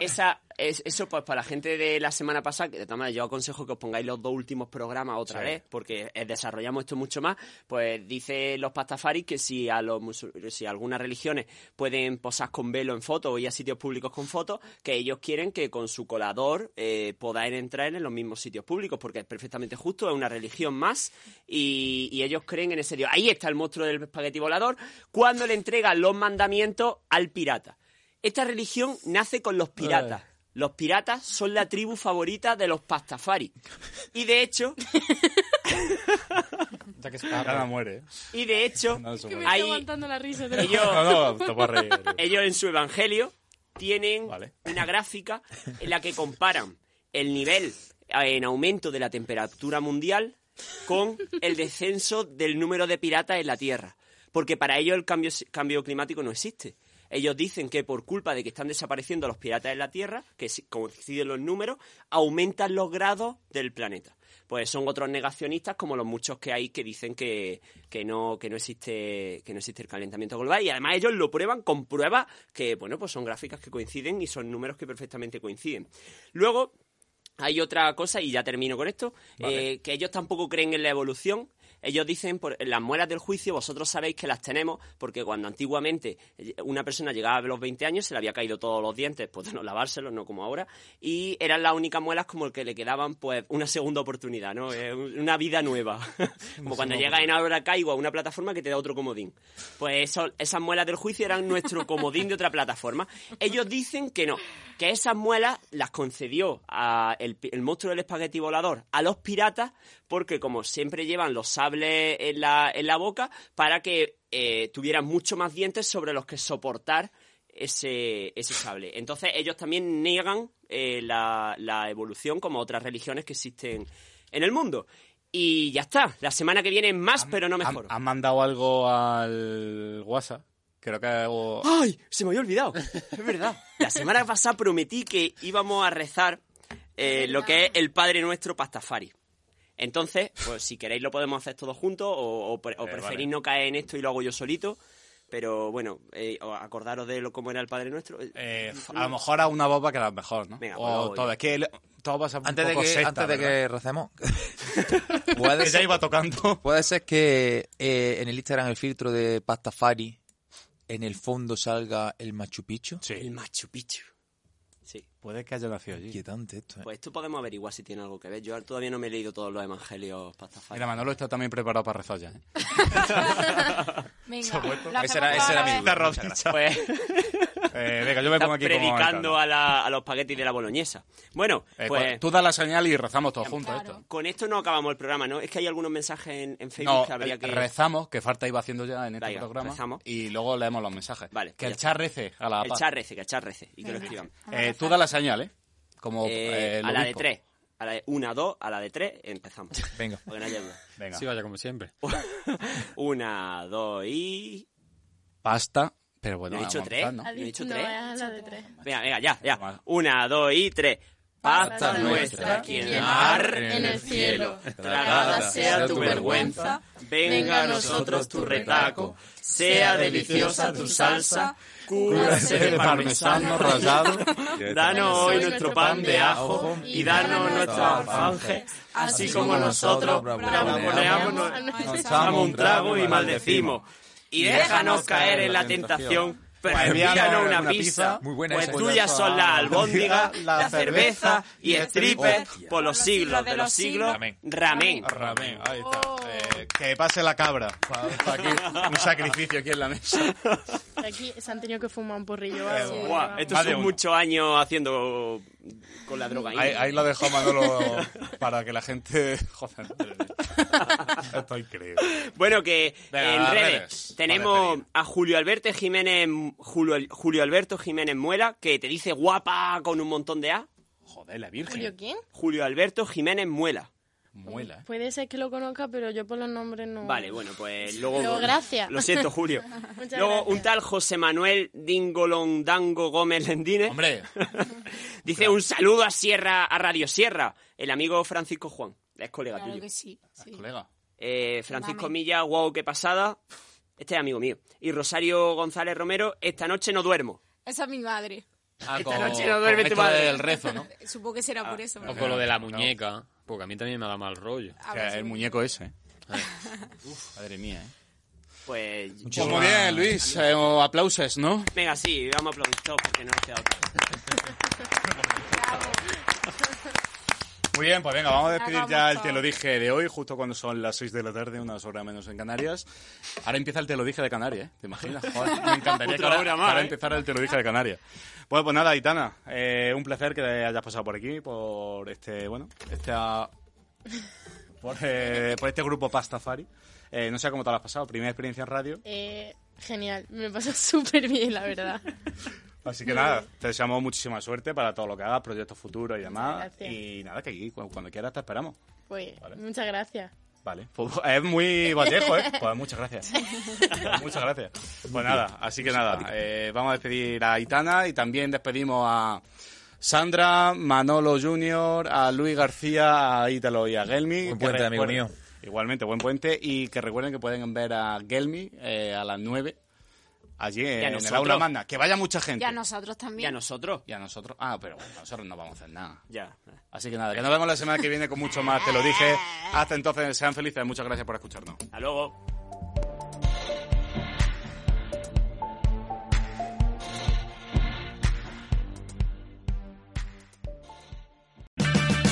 Speaker 8: esa, es- eso pues para la gente de la semana pasada, que de todas maneras yo aconsejo que os pongáis los dos últimos programas otra
Speaker 6: Sí.
Speaker 8: vez, porque eh, desarrollamos esto mucho más, pues dice los pastafaris que si a los musul- si algunas religiones pueden posar con velo en fotos o ir a sitios públicos con fotos, que ellos quieren que con su colador eh, podáis entrar en los mismos sitios públicos, porque es perfectamente justo, es una religión más, y, y ellos creen en ese Dios. Ahí está el monstruo del espagueti volador, cuando le entrega los mandamientos al pirata. Esta religión nace con los piratas. Los piratas son la tribu favorita de los pastafari. Y de hecho,
Speaker 5: Nada muere. ¿eh?
Speaker 8: y de hecho,
Speaker 5: No, eso
Speaker 10: Que me
Speaker 5: muere.
Speaker 10: está
Speaker 8: Ahí-
Speaker 10: aguantando la risa. te lo
Speaker 8: ellos,
Speaker 10: juro.
Speaker 5: No, no, te puedes reír.
Speaker 8: ellos en su evangelio tienen una gráfica en la que comparan el nivel eh, en aumento de la temperatura mundial con el descenso del número de piratas en la Tierra. Porque para ellos el cambio, cambio climático no existe. Ellos dicen que por culpa de que están desapareciendo los piratas en la Tierra, que si- coinciden los números, aumentan los grados del planeta. Pues son otros negacionistas como los muchos que hay que dicen que, que no, que no existe, que no existe el calentamiento global. Y además ellos lo prueban con pruebas que, bueno, pues son gráficas que coinciden y son números que perfectamente coinciden. Luego, hay otra cosa, y ya termino con esto,
Speaker 1: Vale.
Speaker 8: eh, que ellos tampoco creen en la evolución. Ellos dicen, por las muelas del juicio, vosotros sabéis que las tenemos, porque cuando antiguamente eh, una persona llegaba a los 20 años, se le había caído todos los dientes, pues de no lavárselos, no como ahora, y eran las únicas muelas como el que le quedaban, pues, una segunda oportunidad, ¿no? Eh, un- Una vida nueva. Como cuando llegas en ahora caigo a una plataforma que te da otro comodín. Pues eso- esas muelas del juicio eran nuestro comodín de otra plataforma. Ellos dicen que no, que esas muelas las concedió a el, pi- el monstruo del espagueti volador a los piratas porque como siempre llevan los sables en la, en la boca para que eh, tuvieran mucho más dientes sobre los que soportar ese, ese sable. Entonces ellos también niegan eh, la, la evolución como otras religiones que existen en el mundo. Y ya está, la semana que viene más, pero no mejor.
Speaker 5: ¿Has mandado algo al WhatsApp? Creo que algo...
Speaker 8: ¡Ay! Se me había olvidado. Es verdad. La semana pasada prometí que íbamos a rezar eh, lo que es el Padre Nuestro Pastafari. Entonces, pues si queréis lo podemos hacer todos juntos o, o pre- o
Speaker 5: Eh,
Speaker 8: preferís
Speaker 5: vale.
Speaker 8: no caer en esto y lo hago yo solito. Pero bueno, eh, o acordaros de lo, cómo era el Padre Nuestro.
Speaker 5: eh, A lo mejor a una boba queda mejor, ¿no?
Speaker 8: Venga, pues lo
Speaker 5: o
Speaker 8: hago
Speaker 5: todo,
Speaker 8: yo.
Speaker 5: es que el- todo pasa un
Speaker 6: antes de
Speaker 5: poco
Speaker 6: que,
Speaker 5: secta,
Speaker 6: antes de
Speaker 5: ¿verdad?
Speaker 6: que recemos,
Speaker 5: Que ya iba tocando.
Speaker 6: Puede ser que eh, en el Instagram el filtro de Pastafari en el fondo salga el Machu Picchu.
Speaker 5: Sí. El
Speaker 8: Machu Picchu. Sí.
Speaker 5: Puede que haya nacido allí.
Speaker 6: Inquietante esto, ¿eh?
Speaker 8: Pues esto podemos averiguar si tiene algo que ver. Yo todavía no me he leído todos los evangelios Pastafari.
Speaker 5: Mira, Manolo está también preparado para rezar ya, ¿eh?
Speaker 18: Venga,
Speaker 5: Se ha vuelto.
Speaker 18: la
Speaker 5: Ese era- ese era mi duda,
Speaker 18: cerramos
Speaker 5: muchas
Speaker 18: otra vez.
Speaker 5: Eh, venga, yo me pongo
Speaker 8: Estás
Speaker 5: aquí como
Speaker 8: predicando a, la- a los paquetes de la boloñesa. Bueno,
Speaker 5: Eh,
Speaker 8: pues...
Speaker 5: Tú das la señal y rezamos todos juntos. esto.
Speaker 8: Con esto no acabamos el programa, ¿no? Es que hay algunos mensajes en, en Facebook
Speaker 5: No, eh,
Speaker 8: que habría que...
Speaker 5: rezamos, que falta iba haciendo ya en este
Speaker 8: Venga,
Speaker 5: programa.
Speaker 8: rezamos.
Speaker 5: Y luego leemos los mensajes.
Speaker 8: Vale,
Speaker 5: que
Speaker 8: pues
Speaker 5: el
Speaker 8: ya está.
Speaker 5: chat rece a la
Speaker 8: El
Speaker 5: paz.
Speaker 8: chat rece, que el chat rece. Y que lo escriban.
Speaker 5: Eh, tú das la señal, ¿eh? Como
Speaker 8: Eh,
Speaker 5: eh, el
Speaker 8: a la de
Speaker 5: obispo.
Speaker 8: tres. A la de una, dos, a la de tres, empezamos.
Speaker 6: Venga.
Speaker 8: Porque no hay duda.
Speaker 5: Venga.
Speaker 9: Sí, vaya, como siempre.
Speaker 8: Una, dos y...
Speaker 5: Pasta, pero bueno,
Speaker 8: ¿No eh. he dicho
Speaker 5: vamos a
Speaker 8: tres?
Speaker 5: empezar, ¿no?
Speaker 8: ¿No he dicho
Speaker 10: No,
Speaker 8: tres?
Speaker 10: es a la de tres.
Speaker 8: Venga, venga, ya, ya. Una, dos y tres. Pasta nuestra, quien el mar en el cielo, tragada sea tu vergüenza, venga a nosotros tu retaco, sea deliciosa tu salsa, cúrase de parmesano rallado, danos hoy nuestro pan de ajo y danos nuestro alfanje, así como nosotros bramoneamos, nos damos un trago y maldecimos, y déjanos caer en la tentación, pero envíanos una pizza,
Speaker 17: Muy buena
Speaker 8: pues
Speaker 17: esa.
Speaker 8: tuyas son las albóndigas,
Speaker 17: La
Speaker 8: la cerveza y stripes
Speaker 5: Hostia.
Speaker 8: por los siglos de los siglos.
Speaker 5: Amén.
Speaker 8: Ramén.
Speaker 5: Ramén, ahí está. Eh, que pase la cabra. Pa- pa aquí, un sacrificio aquí en la mesa.
Speaker 10: Aquí se han tenido que fumar un porrillo. o
Speaker 8: Eh,
Speaker 10: algo.
Speaker 8: Buah, estos
Speaker 5: Más de
Speaker 8: son
Speaker 5: uno.
Speaker 8: muchos años haciendo con la droga.
Speaker 5: Ahí, ahí lo dejó Manolo para que la gente... Joder, esto es increíble.
Speaker 8: Bueno, que
Speaker 5: Venga,
Speaker 8: en
Speaker 5: las
Speaker 8: redes,
Speaker 5: redes.
Speaker 8: tenemos a Julio Alberto Jiménez Julio, Julio Alberto Jiménez Muela, que te dice guapa con un montón de A.
Speaker 5: Joder, la Virgen.
Speaker 10: ¿Julio quién?
Speaker 8: Julio Alberto Jiménez Muela.
Speaker 5: Muela.
Speaker 10: Puede ser que lo conozca, pero yo por los nombres no.
Speaker 8: Vale, bueno, pues luego.
Speaker 10: Pero gracias.
Speaker 8: Lo siento, Julio.
Speaker 10: Muchas
Speaker 8: luego
Speaker 10: gracias.
Speaker 8: un tal José Manuel Dingolondango Gómez Lendines.
Speaker 5: Hombre.
Speaker 8: Dice un saludo a Sierra, a Radio Sierra, el amigo Francisco Juan. Es colega
Speaker 18: Claro
Speaker 8: tuyo.
Speaker 18: que sí. sí.
Speaker 5: Colega.
Speaker 8: Eh, Francisco
Speaker 18: Mami.
Speaker 8: Milla, wow, qué pasada. Este es amigo mío. Y Rosario González Romero, esta noche no duermo.
Speaker 18: Esa es mi madre.
Speaker 5: Ah,
Speaker 8: Esta noche no duerme tu madre.
Speaker 18: Supongo que será
Speaker 8: Ah.
Speaker 18: por eso.
Speaker 9: O con lo de la muñeca, porque a mí también me da mal rollo.
Speaker 18: A ver,
Speaker 5: El muñeco ese. Uf, madre mía, ¿eh?
Speaker 8: Pues.
Speaker 5: Pues muy bien, Luis. eh, aplausos, ¿no?
Speaker 8: Venga, sí, vamos a aplaudir todos porque no nos queda otra.
Speaker 5: Muy bien, pues venga, vamos a despedir
Speaker 8: Hagamos
Speaker 5: ya el
Speaker 8: todo.
Speaker 5: Te lo dije de hoy, justo cuando son las 6 de la tarde, una hora menos en Canarias. Ahora empieza el Te lo dije de Canarias, ¿eh? ¿te imaginas? Joder, me encantaría que
Speaker 8: Otra
Speaker 5: ahora,
Speaker 8: hora más,
Speaker 5: que ahora
Speaker 8: ¿eh?
Speaker 5: empezara el Te lo dije de Canarias. Bueno, pues nada, Itana, eh, un placer que hayas pasado por aquí, por este, bueno, este, ah, por, eh, por este grupo Pastafari. Eh, no sé cómo te lo has pasado, primera experiencia en radio.
Speaker 10: Eh, genial, me pasa súper bien, la verdad.
Speaker 5: Así que nada, te deseamos muchísima suerte para todo lo que hagas, proyectos futuros y demás.
Speaker 10: Muchas gracias.
Speaker 5: Y nada, que aquí, cu- cuando quieras, te esperamos.
Speaker 10: Pues, muchas gracias.
Speaker 5: Vale. Pues, es muy vallejo, ¿eh? Pues muchas gracias. Pues muchas gracias. Pues nada, así que nada, eh, vamos a despedir a Itana y también despedimos a Sandra, Manolo Junior, a Luis García, a Ítalo y a Gelmi.
Speaker 6: Buen
Speaker 5: Que
Speaker 6: puente, amigo
Speaker 5: recuerden-
Speaker 6: mío.
Speaker 5: Igualmente, buen puente. Y que recuerden que pueden ver a Gelmi eh, a las 9 allí en, el
Speaker 8: nosotros.
Speaker 5: aula magna. Que vaya mucha gente.
Speaker 18: Y a nosotros también.
Speaker 8: nosotros.
Speaker 5: Y a nosotros. Ah, pero bueno, nosotros no vamos a hacer nada.
Speaker 8: Ya.
Speaker 5: Así que nada, que nos vemos la semana que viene con mucho más, te lo dije. Hasta entonces, sean felices, muchas gracias por escucharnos.
Speaker 8: Hasta luego.